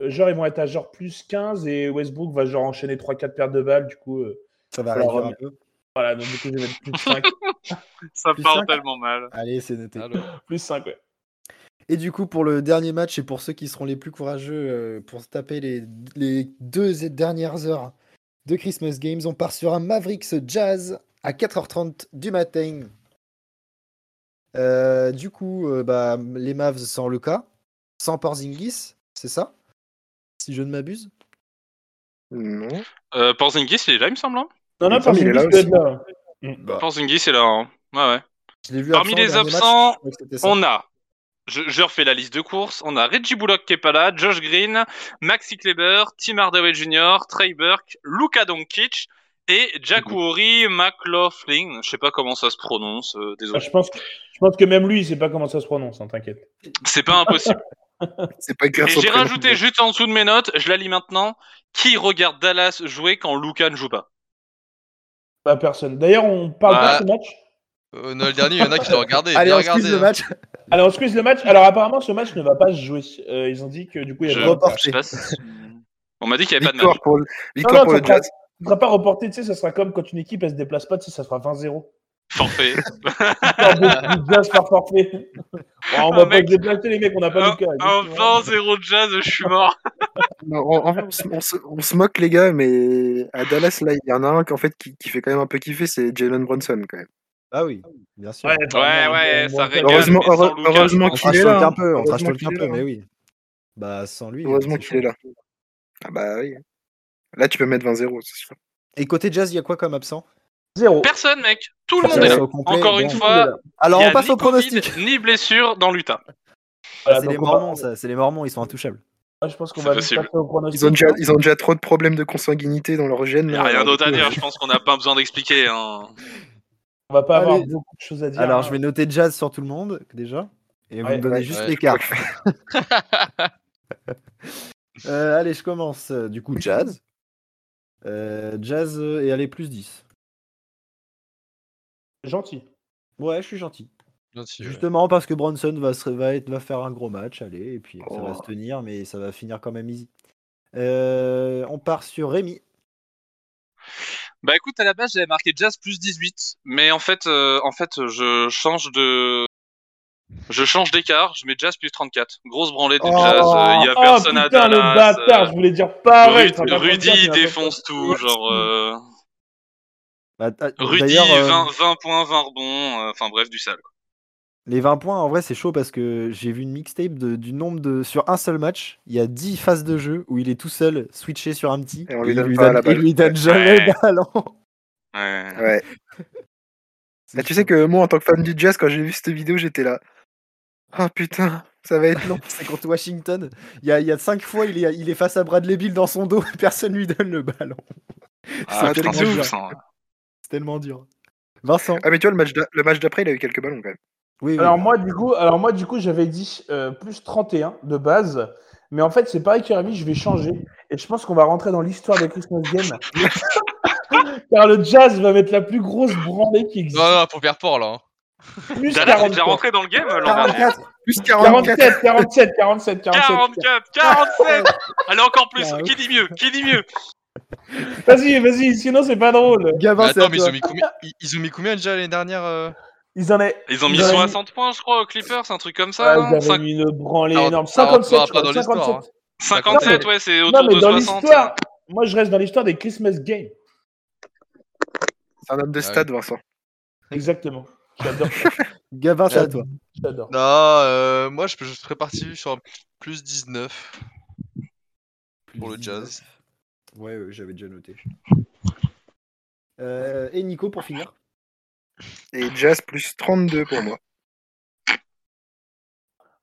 Speaker 3: Genre, ils vont être à genre plus 15 et Westbrook va genre enchaîner 3-4 paires de balles. Du coup, euh,
Speaker 1: Ça va
Speaker 3: Alors,
Speaker 1: réduire un
Speaker 3: remis.
Speaker 1: peu.
Speaker 3: voilà. Donc, du coup, je vais mettre plus 5.
Speaker 2: Ça
Speaker 1: Plus
Speaker 2: part
Speaker 1: cinq.
Speaker 2: tellement mal.
Speaker 1: Allez, c'est noté.
Speaker 2: Ah,
Speaker 5: Alors,
Speaker 3: plus 5, ouais.
Speaker 1: Et du coup, pour le dernier match, et pour ceux qui seront les plus courageux euh, pour se taper les, les deux dernières heures de Christmas Games, on part sur un Mavericks Jazz à 4h30 du matin. Euh, du coup, euh, bah, les Mavs sans Lucas, sans Porzingis, c'est ça Si je ne m'abuse.
Speaker 4: Non.
Speaker 2: Euh, Porzingis, il est là, il me semble. hein.
Speaker 3: Non, non,
Speaker 4: Mais Tom,
Speaker 3: parce
Speaker 4: il
Speaker 3: que
Speaker 4: est là
Speaker 3: Biscuit,
Speaker 4: aussi.
Speaker 3: là.
Speaker 2: Porzingis est là. hein. Ouais, ouais.
Speaker 1: Je l'ai vu
Speaker 2: Parmi
Speaker 1: absent au
Speaker 2: les
Speaker 1: dernier match,
Speaker 2: absents,
Speaker 1: je crois que c'était ça.
Speaker 2: On a, je, je refais la liste de courses, on a Reggie Bullock qui est pas là, Josh Green, Maxi Kleber, Tim Hardaway Jr., Trey Burke, Luka Doncic et
Speaker 1: Mm-hmm.
Speaker 2: Jacouri McLaughlin. Je sais pas comment ça se prononce, euh,
Speaker 3: Ah,
Speaker 2: désolé.
Speaker 3: Je pense, que, je pense que même lui, il sait pas comment ça se prononce, hein, t'inquiète.
Speaker 2: C'est pas impossible.
Speaker 4: C'est pas
Speaker 2: Et
Speaker 4: Curse
Speaker 2: j'ai rajouté juste en dessous de mes notes, je la lis maintenant, qui regarde Dallas jouer quand Luka ne joue pas
Speaker 3: Pas personne. D'ailleurs, on parle
Speaker 5: Bah.
Speaker 3: pas de ce match.
Speaker 5: euh, Noël dernier, il y en a qui l'ont regardé.
Speaker 1: Allez,
Speaker 5: bien
Speaker 1: on squeeze
Speaker 5: regardé.
Speaker 1: le
Speaker 5: hein.
Speaker 1: match.
Speaker 3: Alors, on squeeze le match. Alors, apparemment, ce match ne va pas se jouer. Euh, ils ont dit que du coup, il y
Speaker 2: Je-
Speaker 3: avait
Speaker 1: Reporté.
Speaker 2: je sais pas si- On m'a dit qu'il n'y avait pas de match.
Speaker 4: Victoire pour, le-
Speaker 3: Non,
Speaker 4: victoire
Speaker 3: non,
Speaker 4: pour
Speaker 3: ça
Speaker 4: le
Speaker 3: sera,
Speaker 4: Jazz.
Speaker 3: ça sera pas reporté, tu sais, ça sera comme quand une équipe elle se déplace pas, tu sais, ça sera 20-0.
Speaker 2: *laughs* Forfait.
Speaker 3: Genre, du- du Jazz par forfait. Ouais, on
Speaker 2: Ah,
Speaker 3: va pas
Speaker 2: mec. Oh,
Speaker 3: se déplacer les mecs, on n'a pas
Speaker 2: Un
Speaker 3: le cas.
Speaker 2: un 20-0 jazz, je suis mort.
Speaker 4: Non, en- en fait, on, se- on se, on se moque, les gars, mais à Dallas, là, il y en a un qui, en fait, qui, qui fait quand même un peu kiffer, c'est Jalen Brunson, quand même.
Speaker 1: Ah oui, bien sûr.
Speaker 3: Ouais,
Speaker 2: Ouais,
Speaker 3: on-
Speaker 2: ouais,
Speaker 3: on-
Speaker 2: ça
Speaker 3: on-
Speaker 2: régale.
Speaker 4: Heureusement,
Speaker 2: Eh mais sans
Speaker 4: heure-
Speaker 2: Luka, je
Speaker 4: heureusement
Speaker 1: On
Speaker 4: qu'il
Speaker 1: trash
Speaker 4: est
Speaker 1: talk
Speaker 4: là. hein.
Speaker 1: un peu, on trash
Speaker 4: Heureusement
Speaker 1: talk
Speaker 4: qu'il
Speaker 1: un
Speaker 4: est
Speaker 1: peu,
Speaker 4: là.
Speaker 1: mais oui. Bah sans lui. euh,
Speaker 4: Heureusement
Speaker 1: c'est
Speaker 4: qu'il est
Speaker 1: chaud.
Speaker 4: là. Ah bah oui. Là, tu peux mettre 20-0, c'est sûr.
Speaker 1: Et côté jazz, il y a quoi comme absent
Speaker 3: Zéro.
Speaker 2: Personne, mec. Tout le
Speaker 1: Personne
Speaker 2: monde est
Speaker 1: n'est
Speaker 2: là.
Speaker 1: au complet,
Speaker 2: Encore
Speaker 1: bon.
Speaker 2: une fois,
Speaker 1: Alors
Speaker 2: Il y a
Speaker 1: on passe
Speaker 2: ni
Speaker 1: au
Speaker 2: Covid,
Speaker 1: pronostic.
Speaker 2: Ni blessure dans l'Utah.
Speaker 3: Voilà,
Speaker 1: c'est
Speaker 3: donc
Speaker 1: les
Speaker 3: on va-
Speaker 1: Mormons, ça. C'est les Mormons, ils sont intouchables.
Speaker 3: ouais, Je pense qu'on
Speaker 2: C'est
Speaker 3: va vite
Speaker 2: possible.
Speaker 3: passer au pronostic.
Speaker 4: Ils ont, déjà, ils ont déjà trop de problèmes de consanguinité dans leur gène.
Speaker 2: Il n'y a
Speaker 4: là,
Speaker 2: rien
Speaker 4: alors,
Speaker 2: d'autre à
Speaker 4: du coup,
Speaker 2: dire, je pense qu'on n'a pas besoin d'expliquer. hein.
Speaker 3: On va pas avoir
Speaker 1: Allez.
Speaker 3: beaucoup de choses à dire.
Speaker 1: Alors
Speaker 3: hein.
Speaker 1: je vais noter jazz sur tout le monde déjà. Et vous
Speaker 3: Ouais,
Speaker 1: me donnez
Speaker 4: ouais,
Speaker 1: juste
Speaker 5: ouais,
Speaker 1: l'écart. *laughs*
Speaker 2: *laughs*
Speaker 1: Euh, allez, je commence. Euh, Du coup, jazz. Euh, jazz euh, et allez, plus 10.
Speaker 3: Gentil.
Speaker 1: Ouais, je suis gentil.
Speaker 5: Gentil, ouais.
Speaker 1: Justement parce que Bronson va, se- va, être- va faire un gros match, allez, et puis ça va
Speaker 4: Oh.
Speaker 1: se tenir, mais ça va finir quand même easy. Euh, on part sur Rémi.
Speaker 2: Bah écoute, à la base, j'avais marqué Jazz plus 18, mais en fait, euh, en fait je change de. Je change d'écart, je mets Jazz plus 34. Grosse branlée du
Speaker 1: Oh.
Speaker 2: Jazz, euh, il y a
Speaker 3: oh
Speaker 2: personne
Speaker 3: putain,
Speaker 2: à Dallas.
Speaker 3: le bâtard,
Speaker 2: euh,
Speaker 3: je voulais dire pareil.
Speaker 2: Ru-
Speaker 3: ça va pas faire,
Speaker 2: Rudy
Speaker 3: mais-
Speaker 2: défonce tout, genre. euh,
Speaker 1: Bah, t'as-
Speaker 2: Rudy,
Speaker 1: d'ailleurs, euh,
Speaker 2: 20, 20 points, 20 rebonds, euh, enfin bref, du sale. quoi.
Speaker 1: Les 20 points, en vrai, c'est chaud parce que j'ai vu une mixtape de- du nombre de. Sur un seul match, il y a 10 phases de jeu où il est tout seul, switché sur un petit.
Speaker 4: Et on lui donne
Speaker 1: il
Speaker 4: pas la
Speaker 1: il
Speaker 4: balle.
Speaker 1: lui donne jamais
Speaker 2: Ouais.
Speaker 1: le ballon.
Speaker 2: Ouais.
Speaker 4: Ouais.
Speaker 1: C'est
Speaker 4: Ah, tu
Speaker 1: chaud.
Speaker 4: sais que moi, en tant que fan du jazz, quand j'ai vu cette vidéo, j'étais là. Ah putain, ça va être long.
Speaker 1: C'est contre Washington. Il y a, il y a cinq fois, il est, il est face à Bradley Bill dans son dos. Personne lui donne le ballon.
Speaker 2: Ah, putain,
Speaker 1: tellement
Speaker 2: c'est ouf
Speaker 1: dur.
Speaker 2: ça.
Speaker 1: C'est tellement dur. Vincent.
Speaker 4: Ah mais tu vois, le match d'a- le match d'après, il a eu quelques ballons quand même.
Speaker 1: Oui, oui.
Speaker 3: Alors moi du coup, alors moi du coup, j'avais dit euh, plus 31 de base, mais en fait c'est pareil Jérémy, je vais changer et je pense qu'on va rentrer dans l'histoire des Christmas
Speaker 2: *laughs*
Speaker 3: Games. Car le Jazz va mettre la plus grosse branlée qui existe.
Speaker 5: Non, non, pour faire port là. *laughs* hein.
Speaker 3: Plus
Speaker 2: Dallas est déjà
Speaker 3: 44,
Speaker 2: rentré dans le game l'an dernier.
Speaker 1: 44.
Speaker 4: Plus 44.
Speaker 3: 47, 47, 47, 47.
Speaker 2: 44, 47 Allez, encore plus
Speaker 3: Ah, oui.
Speaker 2: Qui dit mieux Qui dit mieux
Speaker 3: Vas-y, vas-y, sinon c'est pas drôle.
Speaker 5: Mais
Speaker 1: Gabin, c'est
Speaker 5: attends,
Speaker 1: à
Speaker 5: mais ils
Speaker 1: toi.
Speaker 5: ont, mis combien... ils- ils ont mis combien déjà l'année dernière euh
Speaker 3: Ils en est
Speaker 2: Ils ont mis
Speaker 3: Ils ont mis-
Speaker 2: 60 points, je crois, aux Clippers, un truc comme ça.
Speaker 3: Ah,
Speaker 2: non
Speaker 3: ils avaient
Speaker 2: Cinq-
Speaker 3: mis une branlée
Speaker 5: Ah, on-
Speaker 3: énorme.
Speaker 5: ah, on rentrera
Speaker 3: 57, je
Speaker 5: pas dans
Speaker 3: crois,
Speaker 5: l'histoire,
Speaker 3: 57.
Speaker 2: 57,
Speaker 3: Non,
Speaker 2: ouais, c'est
Speaker 3: Non,
Speaker 2: autour
Speaker 3: mais
Speaker 2: de
Speaker 3: dans
Speaker 2: 60.
Speaker 3: l'histoire, moi je reste dans l'histoire des Christmas Games.
Speaker 4: C'est un homme de
Speaker 5: Ah oui.
Speaker 4: stade, Vincent.
Speaker 3: Exactement. J'adore.
Speaker 1: Gabin, c'est à toi.
Speaker 3: J'adore.
Speaker 5: Non, euh, moi je, je serais parti sur un plus 19 pour le jazz.
Speaker 1: Ouais, ouais, j'avais déjà noté. Euh, et Nico pour finir.
Speaker 4: Et Jazz plus 32 pour moi.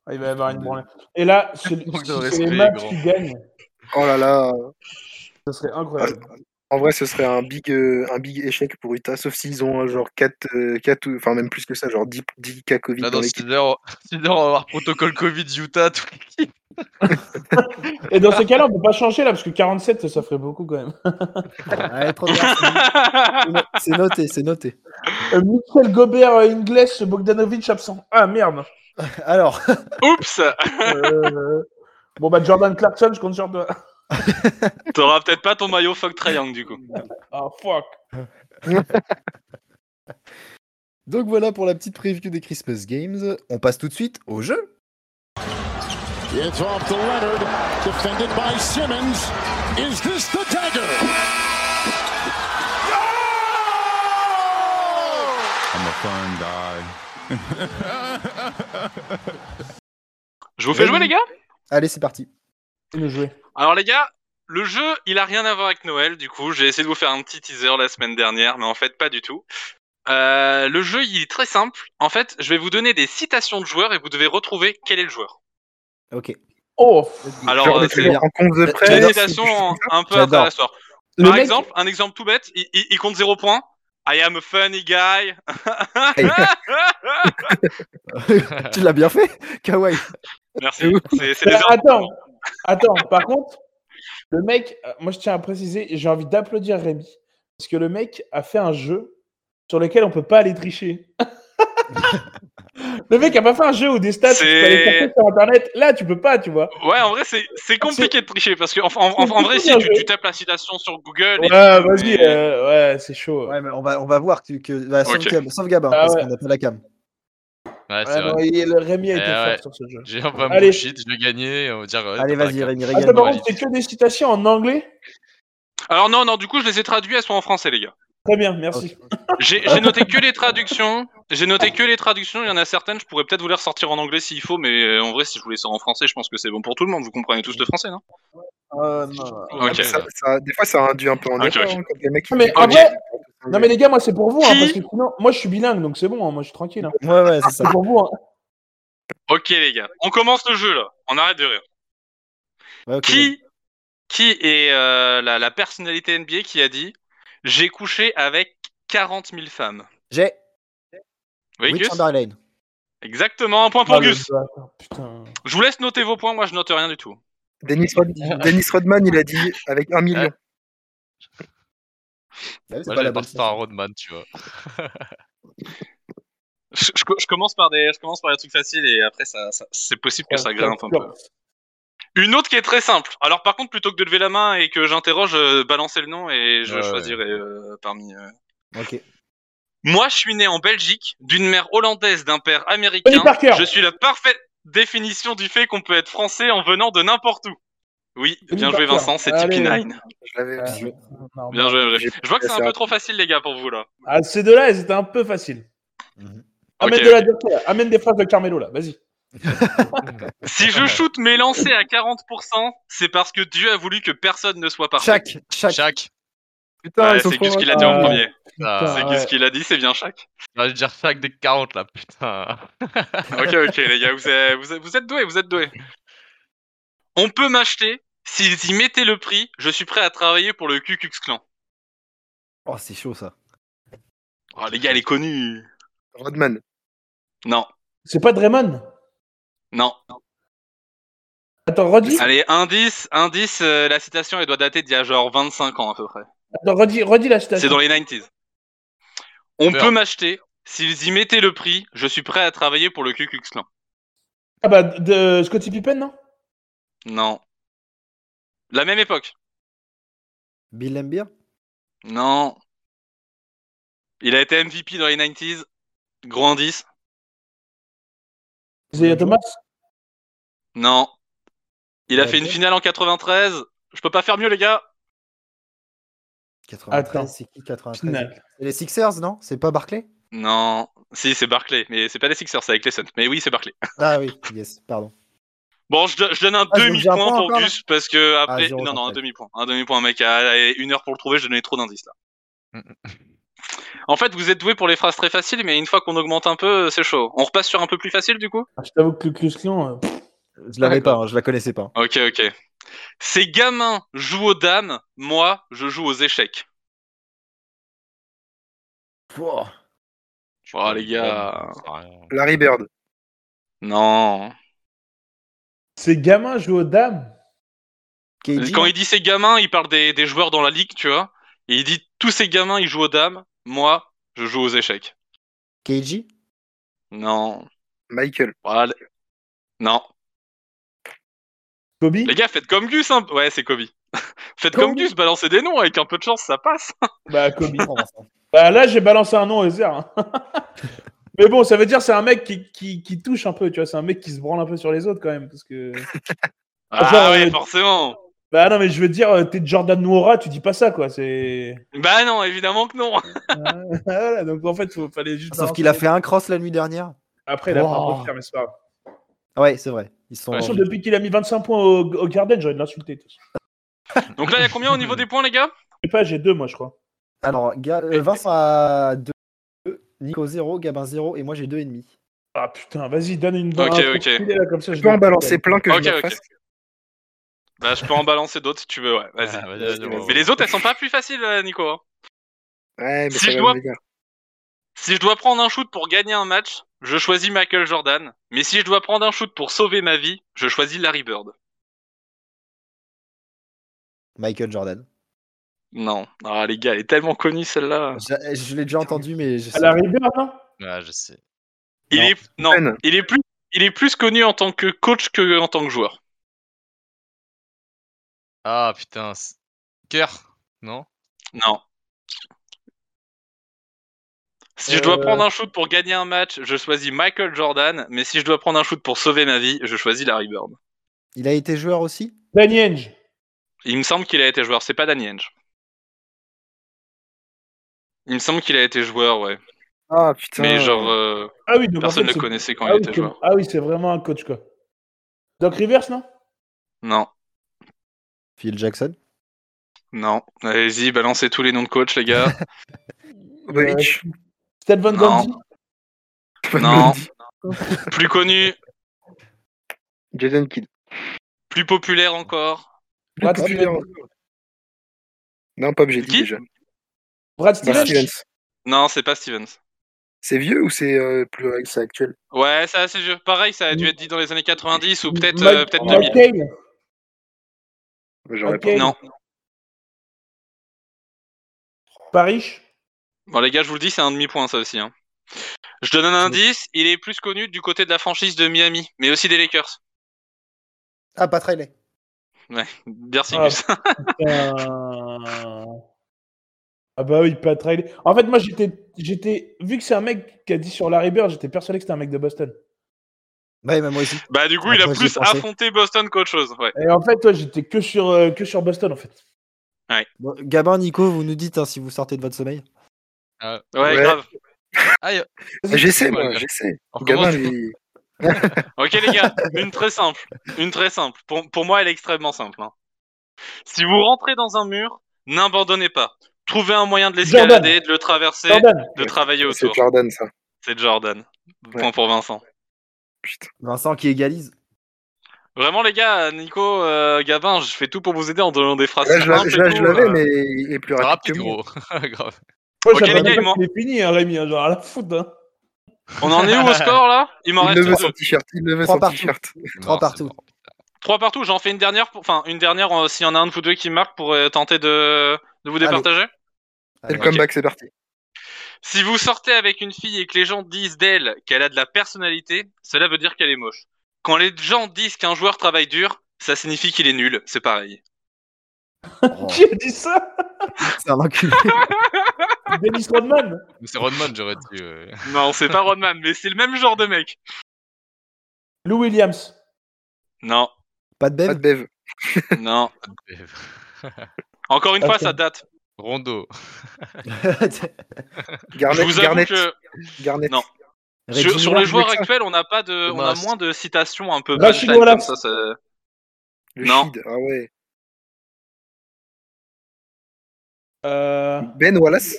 Speaker 3: Ah, Il va y avoir une branlée. Et là, *laughs* c'est
Speaker 5: Manque de
Speaker 3: si c'est
Speaker 5: respect,
Speaker 3: les matchs
Speaker 5: grand.
Speaker 3: qui gagnent.
Speaker 4: Oh là là.
Speaker 3: Ce serait incroyable.
Speaker 4: En vrai, ce serait un big, euh, un big échec pour Utah, sauf s'ils ont euh, genre 4, enfin même plus que ça, genre 10, 10 cas Covid
Speaker 5: Là,
Speaker 4: dans
Speaker 5: dans
Speaker 4: l'équipe.
Speaker 5: Steelers, *laughs* on Steelers, on va avoir protocole Covid Utah, toute l'équipe.
Speaker 3: Et dans ces cas-là, on peut pas changer là, parce que 47, ça ferait beaucoup quand *laughs* même.
Speaker 1: Ouais, trop bien. c'est noté, c'est noté.
Speaker 3: Euh, Michel Gobert, euh, Ingles, Bogdanovic absent. Ah *laughs* merde.
Speaker 1: Alors,
Speaker 2: Oups
Speaker 3: Euh, Bon bah Jordan Clarkson, je compte sur toi.
Speaker 2: *laughs* T'auras peut-être pas ton maillot fuck triangle du coup.
Speaker 3: Ah fuck.
Speaker 1: donc voilà pour la petite preview des Christmas Games. On passe tout de suite au jeu.
Speaker 6: It's off to Leonard, defended by Simmons. Is this the dagger?
Speaker 7: I'm a fun guy.
Speaker 2: Je vous fais jouer les gars
Speaker 1: Allez, c'est parti.
Speaker 3: Il est joué.
Speaker 2: Alors les gars, le jeu, il a rien à voir avec Noël, du coup, j'ai essayé de vous faire un petit teaser la semaine dernière, mais en fait pas du tout. Euh, le jeu, il est très simple. En fait, je vais vous donner des citations de joueurs et vous devez retrouver quel est le joueur.
Speaker 1: Ok.
Speaker 3: Oh. f-
Speaker 2: Alors,
Speaker 4: Genre
Speaker 2: euh,
Speaker 4: des
Speaker 2: c'est
Speaker 4: trucs en conf de
Speaker 2: des
Speaker 1: J'adore
Speaker 4: presse.
Speaker 2: citations en- un peu
Speaker 1: J'adore.
Speaker 2: intéressant.
Speaker 3: Le
Speaker 2: Par
Speaker 3: mec-
Speaker 2: exemple, un exemple tout bête, il, il- il compte 0 points. I am a funny guy.
Speaker 1: tu l'as bien fait, *laughs* Kawaii.
Speaker 2: *laughs* Merci. C'est c'est des
Speaker 3: Bah,
Speaker 2: ordres.
Speaker 3: attends. Attends. Par contre, le mec, euh, moi je tiens à préciser, j'ai envie d'applaudir Rémi parce que le mec a fait un jeu sur lequel on peut pas aller tricher. le mec a pas fait un jeu ou des stats tu peux aller
Speaker 2: C'est-
Speaker 3: chercher sur internet. Là, tu peux pas, tu vois.
Speaker 2: Ouais, en vrai, c'est c'est compliqué de tricher parce que en, en- en- en vrai, si tu, tu tapes la citation sur Google, et-
Speaker 3: Ouais, vas-y,
Speaker 2: mais-
Speaker 3: euh, ouais, c'est chaud.
Speaker 1: Ouais, mais on va, on va voir que, que bah, sauf,
Speaker 2: Ok.
Speaker 1: Gab- sauf Gabin,
Speaker 3: Ah
Speaker 1: parce
Speaker 3: ouais.
Speaker 1: qu'on n'a pas la cam.
Speaker 5: Ouais,
Speaker 3: Ouais,
Speaker 5: c'est vrai.
Speaker 3: non, il- le Rémi a
Speaker 5: Eh
Speaker 3: été fort
Speaker 5: ouais.
Speaker 3: sur ce jeu.
Speaker 5: J'ai un vrai
Speaker 3: Allez.
Speaker 5: bullshit, je vais gagner. On va dire,
Speaker 8: euh,
Speaker 5: ouais,
Speaker 1: Allez,
Speaker 5: t'as
Speaker 1: vas-y,
Speaker 5: pas la
Speaker 1: Rémi,
Speaker 3: Attends, par
Speaker 1: régale.
Speaker 3: contre, c'est que des citations en anglais
Speaker 2: Alors non, non, du coup, je les ai traduits, elles sont en français, les gars.
Speaker 3: Très bien, merci.
Speaker 2: J'ai j'ai noté que les traductions. J'ai noté que les traductions. Il y en a certaines, je pourrais peut-être vous les ressortir en anglais s'il faut, mais euh, en vrai, si je vous les sors en français, je pense que c'est bon pour tout le monde. Vous comprenez tous le français, non
Speaker 3: Euh, non.
Speaker 5: cam.
Speaker 2: Ok.
Speaker 4: Ça- ça- des fois, ça induit un peu en
Speaker 2: Ok,
Speaker 4: erreur.
Speaker 2: ok.
Speaker 4: hein, quand les mecs, ils
Speaker 3: Mais
Speaker 4: disent
Speaker 3: en
Speaker 4: que-
Speaker 3: vrai- Non, mais les gars, moi, c'est pour vous, hein,
Speaker 2: Qui
Speaker 3: parce que sinon, moi, je suis bilingue, donc c'est bon, hein, moi, je suis tranquille. hein.
Speaker 1: Ouais, ouais, c'est ça.
Speaker 3: *laughs* C'est pour vous. hein.
Speaker 2: Ok, les gars. On commence le jeu là. On arrête de rire.
Speaker 1: Ouais, ok, vas-y.
Speaker 2: Qui, qui est euh, la, la personnalité NBA qui a dit J'ai couché avec 40 000 femmes
Speaker 1: J'ai
Speaker 2: Oui,
Speaker 1: Will
Speaker 2: Gus
Speaker 1: Chamberlain.
Speaker 2: Exactement, un point pour
Speaker 3: Ah, mais-
Speaker 2: Gus.
Speaker 3: attends, Putain.
Speaker 2: Je vous laisse noter vos points, moi je note rien du tout.
Speaker 4: Dennis, Rod- Dennis Rodman, il a dit avec 1 million.
Speaker 1: Ah oui, c'est
Speaker 5: Moi,
Speaker 1: pas la
Speaker 5: j'allais
Speaker 1: bonne.
Speaker 5: partir à Rodman, tu vois.
Speaker 2: Je, je co- je commence par des, je commence par des trucs faciles et après ça, ça- c'est possible
Speaker 3: Ah,
Speaker 2: que ça grimpe un peu. Une autre qui est très simple. Alors par contre, plutôt que de lever la main et que j'interroge, euh, balancez le nom et je
Speaker 5: Ouais, ouais.
Speaker 2: choisirai euh, parmi. euh.
Speaker 1: Ok.
Speaker 2: Moi, je suis né en Belgique, d'une mère hollandaise, d'un père américain.
Speaker 3: Tony Parker.
Speaker 2: Je suis la parfaite définition du fait qu'on peut être français en venant de n'importe où. Oui,
Speaker 3: Tony
Speaker 2: bien joué
Speaker 3: Parker.
Speaker 2: Vincent, c'est
Speaker 3: Allez.
Speaker 2: Tipeee Nine.
Speaker 4: Je l'avais
Speaker 3: Ah,
Speaker 4: aussi.
Speaker 3: ouais. Non,
Speaker 2: Bien
Speaker 3: non.
Speaker 2: joué, bien
Speaker 4: J'ai-
Speaker 2: joué. Je vois que
Speaker 4: j'ai
Speaker 2: c'est un
Speaker 4: fait
Speaker 2: peu trop facile les gars pour vous là.
Speaker 3: Ah, ces deux-là, elles étaient un peu faciles. Amène,
Speaker 2: Mhm. Ok.
Speaker 3: de la dureté, là. Amène des phrases de Carmelo, là, vas-y.
Speaker 2: Si je shoot mes lancers à 40%, c'est parce que Dieu a voulu que personne ne soit parfait.
Speaker 1: Chaque, chaque.
Speaker 5: Shaq,
Speaker 3: Putain,
Speaker 2: Ouais,
Speaker 3: ils sont
Speaker 2: c'est Gus
Speaker 3: trop-
Speaker 2: qui l'a dit en
Speaker 3: Ah,
Speaker 2: premier.
Speaker 3: putain,
Speaker 2: C'est
Speaker 3: ouais.
Speaker 2: Gus qui l'a dit, c'est bien chaque.
Speaker 8: Ah, j'ai déjà refait avec des 40 là, putain.
Speaker 2: Ok, ok, les gars, vous êtes, vous êtes- vous êtes doués, vous êtes doués. On peut m'acheter. S'ils y mettaient le prix, je suis prêt à travailler pour le QQX Clan.
Speaker 1: Oh, c'est chaud ça.
Speaker 2: Oh, les gars, elle est connue.
Speaker 4: Rodman.
Speaker 2: Non,
Speaker 3: C'est pas Draymond
Speaker 2: non.
Speaker 3: Attends, redis.
Speaker 2: Allez, indice, indice, euh, la citation, elle doit dater d'il y a genre 25 ans à peu près.
Speaker 3: Attends, redis, redis la citation.
Speaker 2: C'est dans les 90s. On
Speaker 8: Merde.
Speaker 2: peut m'acheter. S'ils y mettaient le prix, je suis prêt à travailler pour le QQX Clan.
Speaker 3: Ah bah, de Scottie Pippen, non
Speaker 2: Non. La même époque.
Speaker 1: Bill l'aime bien
Speaker 2: Non. Il a été MVP dans les 90s. Gros indice.
Speaker 3: Isaiah Thomas
Speaker 2: Non. Il a
Speaker 1: Ah
Speaker 2: fait une
Speaker 1: bon
Speaker 2: finale en 93. Je peux pas faire mieux, les gars.
Speaker 1: 93,
Speaker 3: Attends.
Speaker 1: c'est qui
Speaker 3: Ah,
Speaker 1: 93
Speaker 3: Finale.
Speaker 1: C'est les Sixers, non C'est pas Barclay
Speaker 2: Non. Si, c'est Barclay. Mais c'est pas les Sixers, c'est avec les Suns. Mais oui, c'est Barclay.
Speaker 1: Ah oui, yes, pardon.
Speaker 2: Bon, je, do- je donne un
Speaker 1: Ah, je donne un
Speaker 2: demi-point
Speaker 1: point
Speaker 2: pour
Speaker 1: encore, là. Ah,
Speaker 2: Gus parce que après.
Speaker 1: zéro,
Speaker 2: non, non, un
Speaker 1: parfait.
Speaker 2: demi-point. Un demi-point, mec. À- à- une heure pour le trouver, je donnais trop d'indices là. En fait, vous êtes doué pour les phrases très faciles, mais une fois qu'on augmente un peu, euh, c'est chaud. On repasse sur un peu plus facile du coup
Speaker 3: Ah, Je t'avoue que le Klux Klan, euh, pff,
Speaker 1: Je l'avais pas, hein, je la connaissais pas.
Speaker 2: Ok, ok. Ces gamins jouent aux dames, moi, je joue aux échecs.
Speaker 8: Tu
Speaker 2: Oh,
Speaker 8: vois,
Speaker 2: les gars.
Speaker 8: ça sert à rien.
Speaker 4: Larry Bird.
Speaker 2: Non.
Speaker 3: ces gamins jouent aux dames.
Speaker 1: KG,
Speaker 2: Quand il dit ces gamins, il parle des, des joueurs dans la ligue, tu vois. Et il dit tous ces gamins, ils jouent aux dames, moi, je joue aux échecs.
Speaker 1: KG
Speaker 2: Non.
Speaker 4: Michael.
Speaker 2: Oh, les- Non.
Speaker 3: Kobe
Speaker 2: Les gars, faites comme Gus, hein. Ouais, c'est Kobe. *laughs* faites comme
Speaker 1: Kobe.
Speaker 2: Gus, balancez des noms, avec un peu de chance, ça *laughs* passe.
Speaker 3: Bah, Kobe.
Speaker 1: Oh, Vincent.
Speaker 3: bah, là, j'ai balancé un nom au hasard. hein. *laughs* Mais bon, ça veut dire que c'est un mec qui, qui, qui touche un peu, tu vois. C'est un mec qui se branle un peu sur les autres quand même. Parce que.
Speaker 2: Ah,
Speaker 3: Genre,
Speaker 2: ouais,
Speaker 3: euh,
Speaker 2: forcément.
Speaker 3: Bah, non, mais je veux dire, euh, t'es Jordan Noura, tu dis pas ça, quoi. *laughs* C'est.
Speaker 2: Bah non, évidemment que non.
Speaker 3: Ah, Voilà, donc en fait, faut, fallait juste.
Speaker 1: Sauf
Speaker 3: balancer
Speaker 1: qu'il a
Speaker 3: les-
Speaker 1: fait un cross la nuit dernière.
Speaker 3: Après, il a fait un
Speaker 1: Wow.
Speaker 3: peu de fer, mais c'est pas grave.
Speaker 1: Ah ouais, c'est vrai. Ils sont.
Speaker 3: De toute façon, Bah, depuis qu'il a mis 25 points au, au Garden, j'aurais de l'insulter. de toute façon.
Speaker 2: Donc là, il y a combien au niveau des points, les gars
Speaker 3: Je sais pas, j'ai deux, moi, je crois.
Speaker 1: Alors, Ga- euh, Vincent a 2, Nico 0, Gabin 0 et moi j'ai 2,5.
Speaker 3: Ah putain, vas-y, donne une
Speaker 2: Ok,
Speaker 3: un
Speaker 2: ok.
Speaker 3: truc stylé, là, comme ça,
Speaker 4: Je peux en balancer plein que
Speaker 2: Ok,
Speaker 4: je me
Speaker 2: ok.
Speaker 4: fasse.
Speaker 2: Bah, je peux en balancer d'autres si tu veux, ouais, vas-y.
Speaker 8: Ah, vas-y, vas-y,
Speaker 4: Mais
Speaker 8: bon,
Speaker 2: Mais
Speaker 8: bon.
Speaker 2: les autres, elles sont pas plus faciles, euh, Nico. hein.
Speaker 4: Ouais, mais
Speaker 2: Si
Speaker 4: ça
Speaker 2: je
Speaker 4: va
Speaker 2: dois-
Speaker 4: venir.
Speaker 2: Si je dois prendre un shoot pour gagner un match, je choisis Michael Jordan. Mais si je dois prendre un shoot pour sauver ma vie, je choisis Larry Bird.
Speaker 1: Michael Jordan.
Speaker 2: Non. Ah, les gars, elle est tellement connue, celle-là.
Speaker 1: J'a- Je l'ai déjà entendu, mais je
Speaker 3: À
Speaker 1: sais
Speaker 3: la
Speaker 1: pas.
Speaker 3: rigueur, non
Speaker 8: Ah, je sais.
Speaker 2: Il
Speaker 1: Non.
Speaker 2: est, non,
Speaker 4: Ben.
Speaker 2: il est plus, il est plus connu en tant que coach que en tant que joueur.
Speaker 8: Ah, putain. c'est- Cœur Non
Speaker 2: Non. Si je dois
Speaker 3: Euh.
Speaker 2: prendre un shoot pour gagner un match, je choisis Michael Jordan. Mais si je dois prendre un shoot pour sauver ma vie, je choisis Larry Bird.
Speaker 1: Il a été joueur aussi
Speaker 3: Danny Henge.
Speaker 2: Il me semble qu'il a été joueur. C'est pas Danny Henge. Il me semble qu'il a été joueur, ouais.
Speaker 4: Ah putain.
Speaker 2: Mais genre, euh,
Speaker 3: Ah oui, donc
Speaker 2: personne
Speaker 3: en
Speaker 2: ne
Speaker 3: fait, c'est-
Speaker 2: connaissait quand
Speaker 3: Ah,
Speaker 2: il
Speaker 3: oui,
Speaker 2: était
Speaker 3: c'est-
Speaker 2: joueur.
Speaker 3: ah oui, c'est vraiment un coach, quoi. Doc Rivers, non
Speaker 2: Non,
Speaker 1: Phil Jackson
Speaker 2: non. Allez-y, balancez tous les noms de coach, les gars.
Speaker 3: *laughs*
Speaker 4: Bobovich.
Speaker 3: Stan Van
Speaker 2: Non.
Speaker 3: Gundy
Speaker 2: non. Plus connu,
Speaker 4: Jason Kidd.
Speaker 2: plus populaire encore.
Speaker 3: Brad
Speaker 4: Plus
Speaker 3: Stevens.
Speaker 4: populaire. Non, Pop, j'ai dit
Speaker 2: Qui
Speaker 4: déjà.
Speaker 3: Brad
Speaker 2: Bah,
Speaker 4: Brad
Speaker 3: Stevens
Speaker 4: Stevens.
Speaker 2: Non, c'est pas Stevens.
Speaker 4: C'est vieux ou c'est euh, plus c'est actuel
Speaker 2: Ouais, ça, c'est vieux. Pareil, ça a dû être dit dans les années 90 ou peut-être
Speaker 3: Mike-
Speaker 2: euh, peut-être
Speaker 3: Mike
Speaker 2: 2000.
Speaker 3: Kane.
Speaker 4: J'aurais
Speaker 3: Ok.
Speaker 4: pas.
Speaker 2: Non.
Speaker 3: Paris
Speaker 2: Bon, les gars, je vous le dis, c'est un demi-point, ça aussi. hein. Je donne un indice. Il est plus connu du côté de la franchise de Miami, mais aussi des Lakers.
Speaker 1: Ah, Pat Riley.
Speaker 2: Ouais, merci,
Speaker 3: Ah.
Speaker 2: Gus.
Speaker 3: Euh, Ah bah oui, Pat Riley. En fait, moi, j'étais, j'étais, vu que c'est un mec qui a dit sur Larry Bird, j'étais persuadé que c'était un mec de Boston.
Speaker 1: Ouais, mais moi aussi.
Speaker 2: *laughs* bah, du coup, il a
Speaker 1: Après, j'y ai
Speaker 2: plus
Speaker 1: pensé.
Speaker 2: affronté Boston qu'autre chose. Ouais.
Speaker 3: Et en fait, ouais, j'étais que sur, euh, que sur Boston, en fait.
Speaker 1: Bon, Gabin, Nico, vous nous dites hein, si vous sortez de votre sommeil.
Speaker 2: ouais,
Speaker 4: Ouais.
Speaker 2: grave.
Speaker 8: Aïe
Speaker 4: J'essaie, moi,
Speaker 8: Ouais.
Speaker 4: j'essaie.
Speaker 8: On
Speaker 4: Gabin,
Speaker 8: recommence
Speaker 4: lui.
Speaker 2: Ok, les gars, une très simple. Une très simple. Pour, pour moi, elle est extrêmement simple. hein. Si vous rentrez dans un mur, n'abandonnez pas. Trouver un moyen de
Speaker 3: Jordan.
Speaker 2: l'escalader, de le traverser,
Speaker 3: Jordan.
Speaker 2: de travailler
Speaker 4: C'est
Speaker 2: autour.
Speaker 4: Jordan, ça.
Speaker 2: C'est Jordan. Point pour Vincent.
Speaker 4: Putain.
Speaker 1: Vincent qui égalise.
Speaker 2: Vraiment, les gars, Nico, euh, Gabin, je fais tout pour vous aider en donnant des phrases.
Speaker 4: Là, je l'avais,
Speaker 2: simples et
Speaker 4: là, je
Speaker 2: tout,
Speaker 4: l'avais,
Speaker 2: euh.
Speaker 4: mais il est plus rapide,
Speaker 8: Rapide,
Speaker 4: que moi.
Speaker 8: gros. *laughs* Grave.
Speaker 3: Moi,
Speaker 2: Ok,
Speaker 3: j'avais
Speaker 2: les gars,
Speaker 3: même
Speaker 2: il
Speaker 3: pas qu'il est fini, hein, Rémi, hein, genre à la foot. Hein. *laughs*
Speaker 2: On en est où au score là Il m'en
Speaker 4: Il ne
Speaker 2: reste
Speaker 4: veut
Speaker 2: deux.
Speaker 4: son t-shirt, il ne veut
Speaker 1: Trois
Speaker 4: son
Speaker 1: partout.
Speaker 4: t-shirt.
Speaker 8: C'est
Speaker 1: Trois
Speaker 8: mort,
Speaker 1: partout.
Speaker 8: c'est mort.
Speaker 2: Trois partout, j'en fais une dernière. Pour... Enfin, une dernière, euh, s'il y en a un de vous deux qui marque pour euh, tenter de... de vous
Speaker 1: Allez.
Speaker 2: départager.
Speaker 4: C'est le
Speaker 1: Allez.
Speaker 4: comeback, c'est parti.
Speaker 2: Si vous sortez avec une fille et que les gens disent d'elle qu'elle a de la personnalité, cela veut dire qu'elle est moche. Quand les gens disent qu'un joueur travaille dur, ça signifie qu'il est nul, c'est pareil.
Speaker 1: Oh,
Speaker 3: Qui a dit ça
Speaker 1: c'est un enculé.
Speaker 3: Dennis Rodman
Speaker 8: Mais C'est Rodman, j'aurais dit. euh.
Speaker 2: Non, c'est pas Rodman, mais c'est le même genre de mec.
Speaker 3: Lou Williams.
Speaker 2: Non,
Speaker 1: Pas de Ben
Speaker 4: Pas
Speaker 1: bête.
Speaker 4: de bev.
Speaker 2: non. Encore une fois, ça date.
Speaker 8: Rondo.
Speaker 1: *laughs*
Speaker 2: Je
Speaker 4: Garnett,
Speaker 2: vous avoue
Speaker 4: Garnett,
Speaker 2: que
Speaker 4: Garnett.
Speaker 2: Non.
Speaker 1: Reggie
Speaker 2: sur, sur les
Speaker 1: Miller,
Speaker 2: joueurs
Speaker 4: Jackson.
Speaker 2: actuels, on n'a pas de, on a
Speaker 8: Thomas.
Speaker 2: moins de citations un peu
Speaker 3: Rachid
Speaker 2: punchline
Speaker 3: Wallace.
Speaker 2: comme ça. euh, ça-
Speaker 4: Le
Speaker 2: Non.
Speaker 4: Shid, ah ouais.
Speaker 3: Euh...
Speaker 4: Ben Wallace.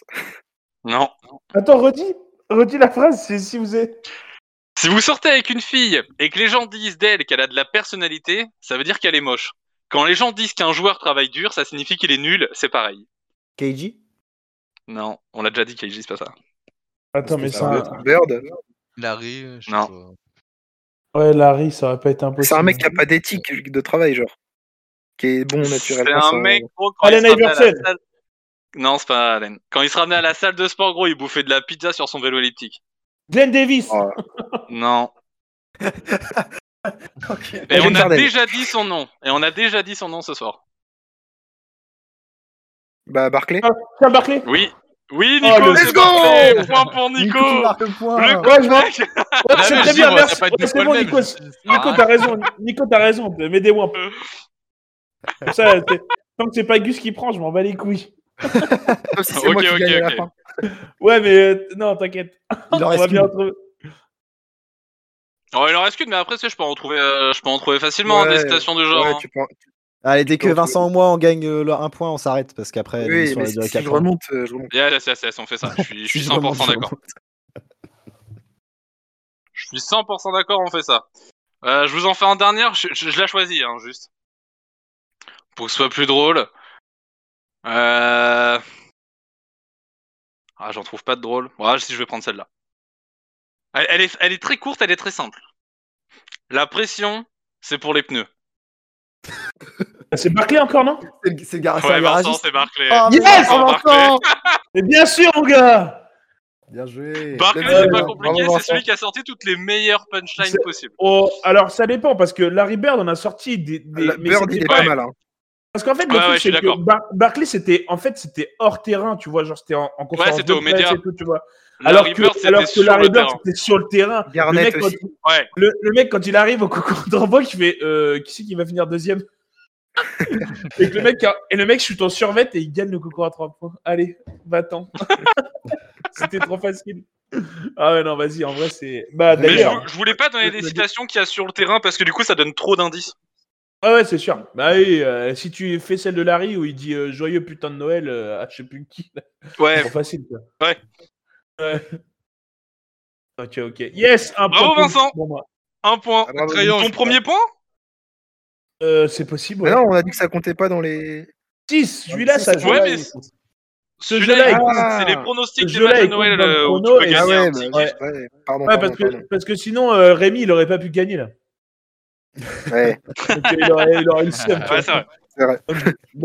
Speaker 2: Non.
Speaker 3: Attends, redis, redis la phrase si, si vous êtes.
Speaker 2: Si vous sortez avec une fille et que les gens disent d'elle qu'elle a de la personnalité, ça veut dire qu'elle est moche. Quand les gens disent qu'un joueur travaille dur, ça signifie qu'il est nul, c'est pareil.
Speaker 1: KG.
Speaker 2: Non, on l'a déjà dit, KG, c'est pas ça.
Speaker 3: Attends, mais
Speaker 1: C'est
Speaker 3: c'est un...
Speaker 4: Bird.
Speaker 8: Larry, euh, je sais
Speaker 2: Non.
Speaker 8: pas.
Speaker 3: Ouais, Larry, ça aurait pas été impossible.
Speaker 4: C'est un mec qui a pas d'éthique de travail, genre. Qui est bon
Speaker 2: C'est
Speaker 4: naturellement.
Speaker 2: un
Speaker 4: sans-
Speaker 1: euh,
Speaker 2: mec, gros, quand il
Speaker 3: Allen
Speaker 2: se ramenait à la
Speaker 3: Iverson.
Speaker 2: salle- Non, c'est pas Allen. Quand il se ramenait à la salle de sport, gros, il bouffait de la pizza sur son vélo elliptique.
Speaker 3: Glenn Davis
Speaker 4: Oh,
Speaker 3: *laughs*
Speaker 2: Non. Et
Speaker 4: Jim
Speaker 2: on a
Speaker 4: Carrey.
Speaker 2: déjà dit son nom. Et on a déjà dit son nom ce soir.
Speaker 4: Bah, Barclay.
Speaker 3: Charles Barkley
Speaker 2: Oui. Oui,
Speaker 3: Oh,
Speaker 2: Nico.
Speaker 3: let's
Speaker 2: c'est
Speaker 3: go
Speaker 2: parfait. Point pour Nico.
Speaker 1: Nico qui marque le point.
Speaker 2: Le
Speaker 3: Ouais, je vois.
Speaker 2: comeback.
Speaker 3: Ouais,
Speaker 8: Ah, mais
Speaker 3: C'est très
Speaker 8: je
Speaker 3: bien,
Speaker 8: dis, moi, ça
Speaker 3: merci.
Speaker 8: peut être
Speaker 3: Ouais,
Speaker 8: deux
Speaker 3: C'est
Speaker 8: fois
Speaker 3: bon,
Speaker 8: le
Speaker 3: Nico.
Speaker 8: même.
Speaker 4: Ah.
Speaker 3: Nico, t'as raison. Nico, t'as raison. M'aidez-moi un
Speaker 2: Euh.
Speaker 3: peu. Comme ça, c'est- tant que c'est pas Gus qui prend, je m'en bats les couilles.
Speaker 4: Sauf si c'est
Speaker 2: Ok,
Speaker 4: moi qui
Speaker 2: ok,
Speaker 4: gagne à la
Speaker 2: ok.
Speaker 4: fin.
Speaker 3: Ouais, mais euh, non, t'inquiète.
Speaker 1: Il en
Speaker 3: On va
Speaker 1: reste
Speaker 3: bien
Speaker 1: qu'une.
Speaker 3: retrouver.
Speaker 2: Oh, il en reste qu'une, mais après, tu sais, je peux en trouver, euh, je peux en trouver facilement hein,
Speaker 4: Ouais,
Speaker 2: des citations de genre.
Speaker 4: Ouais,
Speaker 2: hein.
Speaker 4: tu prends-
Speaker 1: Allez, dès que
Speaker 4: Donc,
Speaker 1: Vincent ou moi on gagne euh, le- un point, on s'arrête parce qu'après
Speaker 4: Oui,
Speaker 1: l'émission,
Speaker 4: mais
Speaker 1: elle va durer
Speaker 4: si
Speaker 1: quatre
Speaker 4: je
Speaker 1: heures.
Speaker 4: remonte, euh, je remonte.
Speaker 2: Yes, yes, yes, on fait ça. Je
Speaker 4: *laughs*
Speaker 2: suis, je suis 100% d'accord. Je suis 100% d'accord, on fait ça. Euh, je vous en fais un dernier, je, je- je la choisis, hein, juste. Pour que ce soit plus drôle. Euh... Ah, j'en trouve pas de drôle. Ouais, si je vais prendre celle-là. Elle, elle est, elle est très courte, elle est très simple. La pression, c'est pour les pneus.
Speaker 3: Ah, C'est Barkley encore, non
Speaker 1: C'est le- C'est le
Speaker 4: Ah,
Speaker 1: gar- c'est
Speaker 2: Ouais,
Speaker 1: un
Speaker 2: Vincent,
Speaker 1: garagiste.
Speaker 2: c'est Barclay.
Speaker 1: Ah, mais
Speaker 3: Yes,
Speaker 1: Vincent,
Speaker 2: Barclay.
Speaker 1: Vincent
Speaker 3: Mais bien sûr, mon gars
Speaker 1: Bien joué.
Speaker 2: Barclay,
Speaker 1: Bien
Speaker 2: c'est
Speaker 1: joué.
Speaker 2: pas
Speaker 4: Bravo,
Speaker 2: compliqué,
Speaker 4: Vincent.
Speaker 2: c'est celui qui a sorti toutes les meilleures punchlines
Speaker 3: C'est-
Speaker 2: possibles.
Speaker 3: Oh, alors ça dépend parce que Larry Bird on a sorti des, des
Speaker 4: La-
Speaker 3: mais
Speaker 4: Bird,
Speaker 3: c'était
Speaker 4: il est
Speaker 3: pas-
Speaker 4: pas mal. hein.
Speaker 3: parce qu'en fait le
Speaker 2: Ouais,
Speaker 3: truc
Speaker 2: ouais, je suis
Speaker 3: c'est
Speaker 2: d'accord.
Speaker 3: que Bar- Barkley c'était en fait c'était hors terrain tu vois genre c'était en, en conférence
Speaker 2: c'était
Speaker 3: de
Speaker 2: au
Speaker 3: presse
Speaker 2: média.
Speaker 3: et tout, tu vois alors
Speaker 2: Larry
Speaker 3: que,
Speaker 2: Bird,
Speaker 3: alors
Speaker 2: c'était
Speaker 3: que
Speaker 2: sur
Speaker 3: Larry
Speaker 2: le
Speaker 3: Bird
Speaker 2: terrain.
Speaker 3: c'était sur le terrain le
Speaker 4: Garnett
Speaker 3: mec, quand,
Speaker 4: aussi.
Speaker 2: Ouais.
Speaker 3: le- le mec, quand il arrive au concours *laughs* d'envoi qui fait euh, qui c'est qui va finir deuxième *laughs* et, que le mec, a- et le mec shoot en survêt et il gagne le concours à 3 points allez va-t'en *laughs* c'était trop facile ah ouais non vas-y en vrai c'est bah
Speaker 2: Mais je,
Speaker 3: d'ailleurs
Speaker 2: vou- je voulais pas donner des citations qu'il y a sur le terrain parce que du coup ça donne trop d'indices.
Speaker 3: Ah ouais, c'est sûr. Bah oui, euh, si tu fais celle de Larry où il dit euh, joyeux putain de Noël euh, à je sais plus qui, là, c'est *laughs*
Speaker 2: Ouais.
Speaker 3: trop facile. quoi.
Speaker 2: Ouais.
Speaker 3: Ouais. Ok, ok. Yes, un
Speaker 2: Bravo,
Speaker 3: point pour-
Speaker 2: Vincent.
Speaker 3: pour moi.
Speaker 2: Un point.
Speaker 4: Ah, bravo.
Speaker 2: Crayon, ton premier point
Speaker 3: Euh, c'est possible.
Speaker 4: Mais
Speaker 3: ouais.
Speaker 4: non, on a dit que ça comptait pas dans les.
Speaker 3: 6, celui-là, ça joue.
Speaker 2: Ouais, mais c-
Speaker 3: Ce
Speaker 2: celui-là,
Speaker 3: jeu-là,
Speaker 2: il compte.
Speaker 4: ah,
Speaker 2: c'est les pronostics
Speaker 3: ce
Speaker 2: des matchs
Speaker 3: jeu-là,
Speaker 2: de
Speaker 3: il compte
Speaker 2: Noël
Speaker 3: dans le
Speaker 2: euh, où tu
Speaker 3: chrono
Speaker 2: peux
Speaker 3: et-
Speaker 2: gagner
Speaker 4: Ah
Speaker 2: un
Speaker 4: ouais,
Speaker 2: petit.
Speaker 4: bah,
Speaker 3: Ouais.
Speaker 4: ouais, pardon.
Speaker 3: Ouais, parce,
Speaker 4: pardon,
Speaker 3: que, parce que sinon, euh, Rémi, il aurait pas pu gagner là.
Speaker 4: pardon. Ouais.
Speaker 3: Donc, euh, il, aurait, il aurait eu
Speaker 2: *laughs*
Speaker 3: le seum, tu vois.
Speaker 2: Ouais, c'est vrai.
Speaker 3: Donc,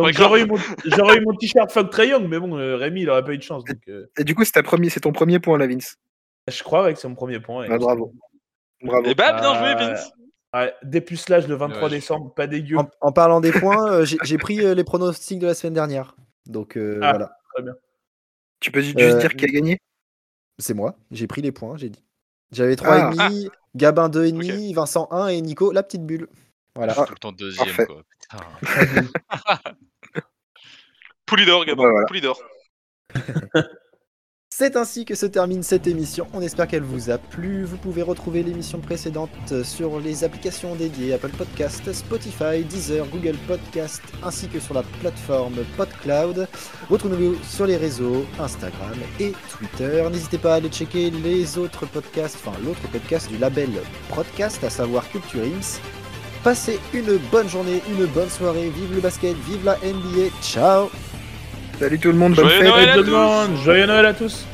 Speaker 2: Ouais, grave.
Speaker 3: j'aurais eu mon, j'aurais eu mon t-shirt Fuck Trae Young, mais bon, euh, Rémi, il aurait pas eu de chance. Donc, euh,
Speaker 4: Et du coup, c'est ta premier- c'est ton premier point, la Vince.
Speaker 3: je crois ouais, que c'est mon premier point. ouais.
Speaker 4: Ah, bravo. Bravo.
Speaker 2: Et bah, bien joué,
Speaker 3: Euh,
Speaker 2: Vince.
Speaker 3: Ouais, dépucelage le 23
Speaker 8: Ouais, je-
Speaker 3: décembre, pas dégueu.
Speaker 1: En, en parlant des points, euh, j'ai j'ai pris euh, les pronostics de la semaine dernière. Donc euh,
Speaker 3: Ah.
Speaker 1: voilà,
Speaker 4: Tu peux juste
Speaker 1: Euh,
Speaker 4: dire qui a gagné
Speaker 1: c'est moi. J'ai pris les points, j'ai dit. J'avais 3,5, Gabin 2,5, Vincent 1 et Nico la petite bulle.
Speaker 8: Je
Speaker 1: Voilà.
Speaker 8: suis tout le temps deuxième,
Speaker 4: Parfait.
Speaker 8: quoi. Putain.
Speaker 2: Poulidor, Gabin.
Speaker 4: Bah, voilà.
Speaker 2: Poulidor.
Speaker 1: C'est ainsi que se termine cette émission. On espère qu'elle vous a plu. Vous pouvez retrouver l'émission précédente sur les applications dédiées Apple Podcast, Spotify, Deezer, Google Podcast, ainsi que sur la plateforme PodCloud. Retrouvez-nous sur les réseaux Instagram et Twitter. N'hésitez pas à aller checker les autres podcasts, enfin l'autre podcast du label Podcast, à savoir Culture Ims. Passez une bonne journée, une bonne soirée. Vive le basket, vive la NBA. Ciao
Speaker 4: Salut tout le monde, bonne
Speaker 2: Joyeux
Speaker 4: fête
Speaker 2: Noël à
Speaker 3: Bonne
Speaker 2: tous.
Speaker 3: demande. Joyeux Noël à tous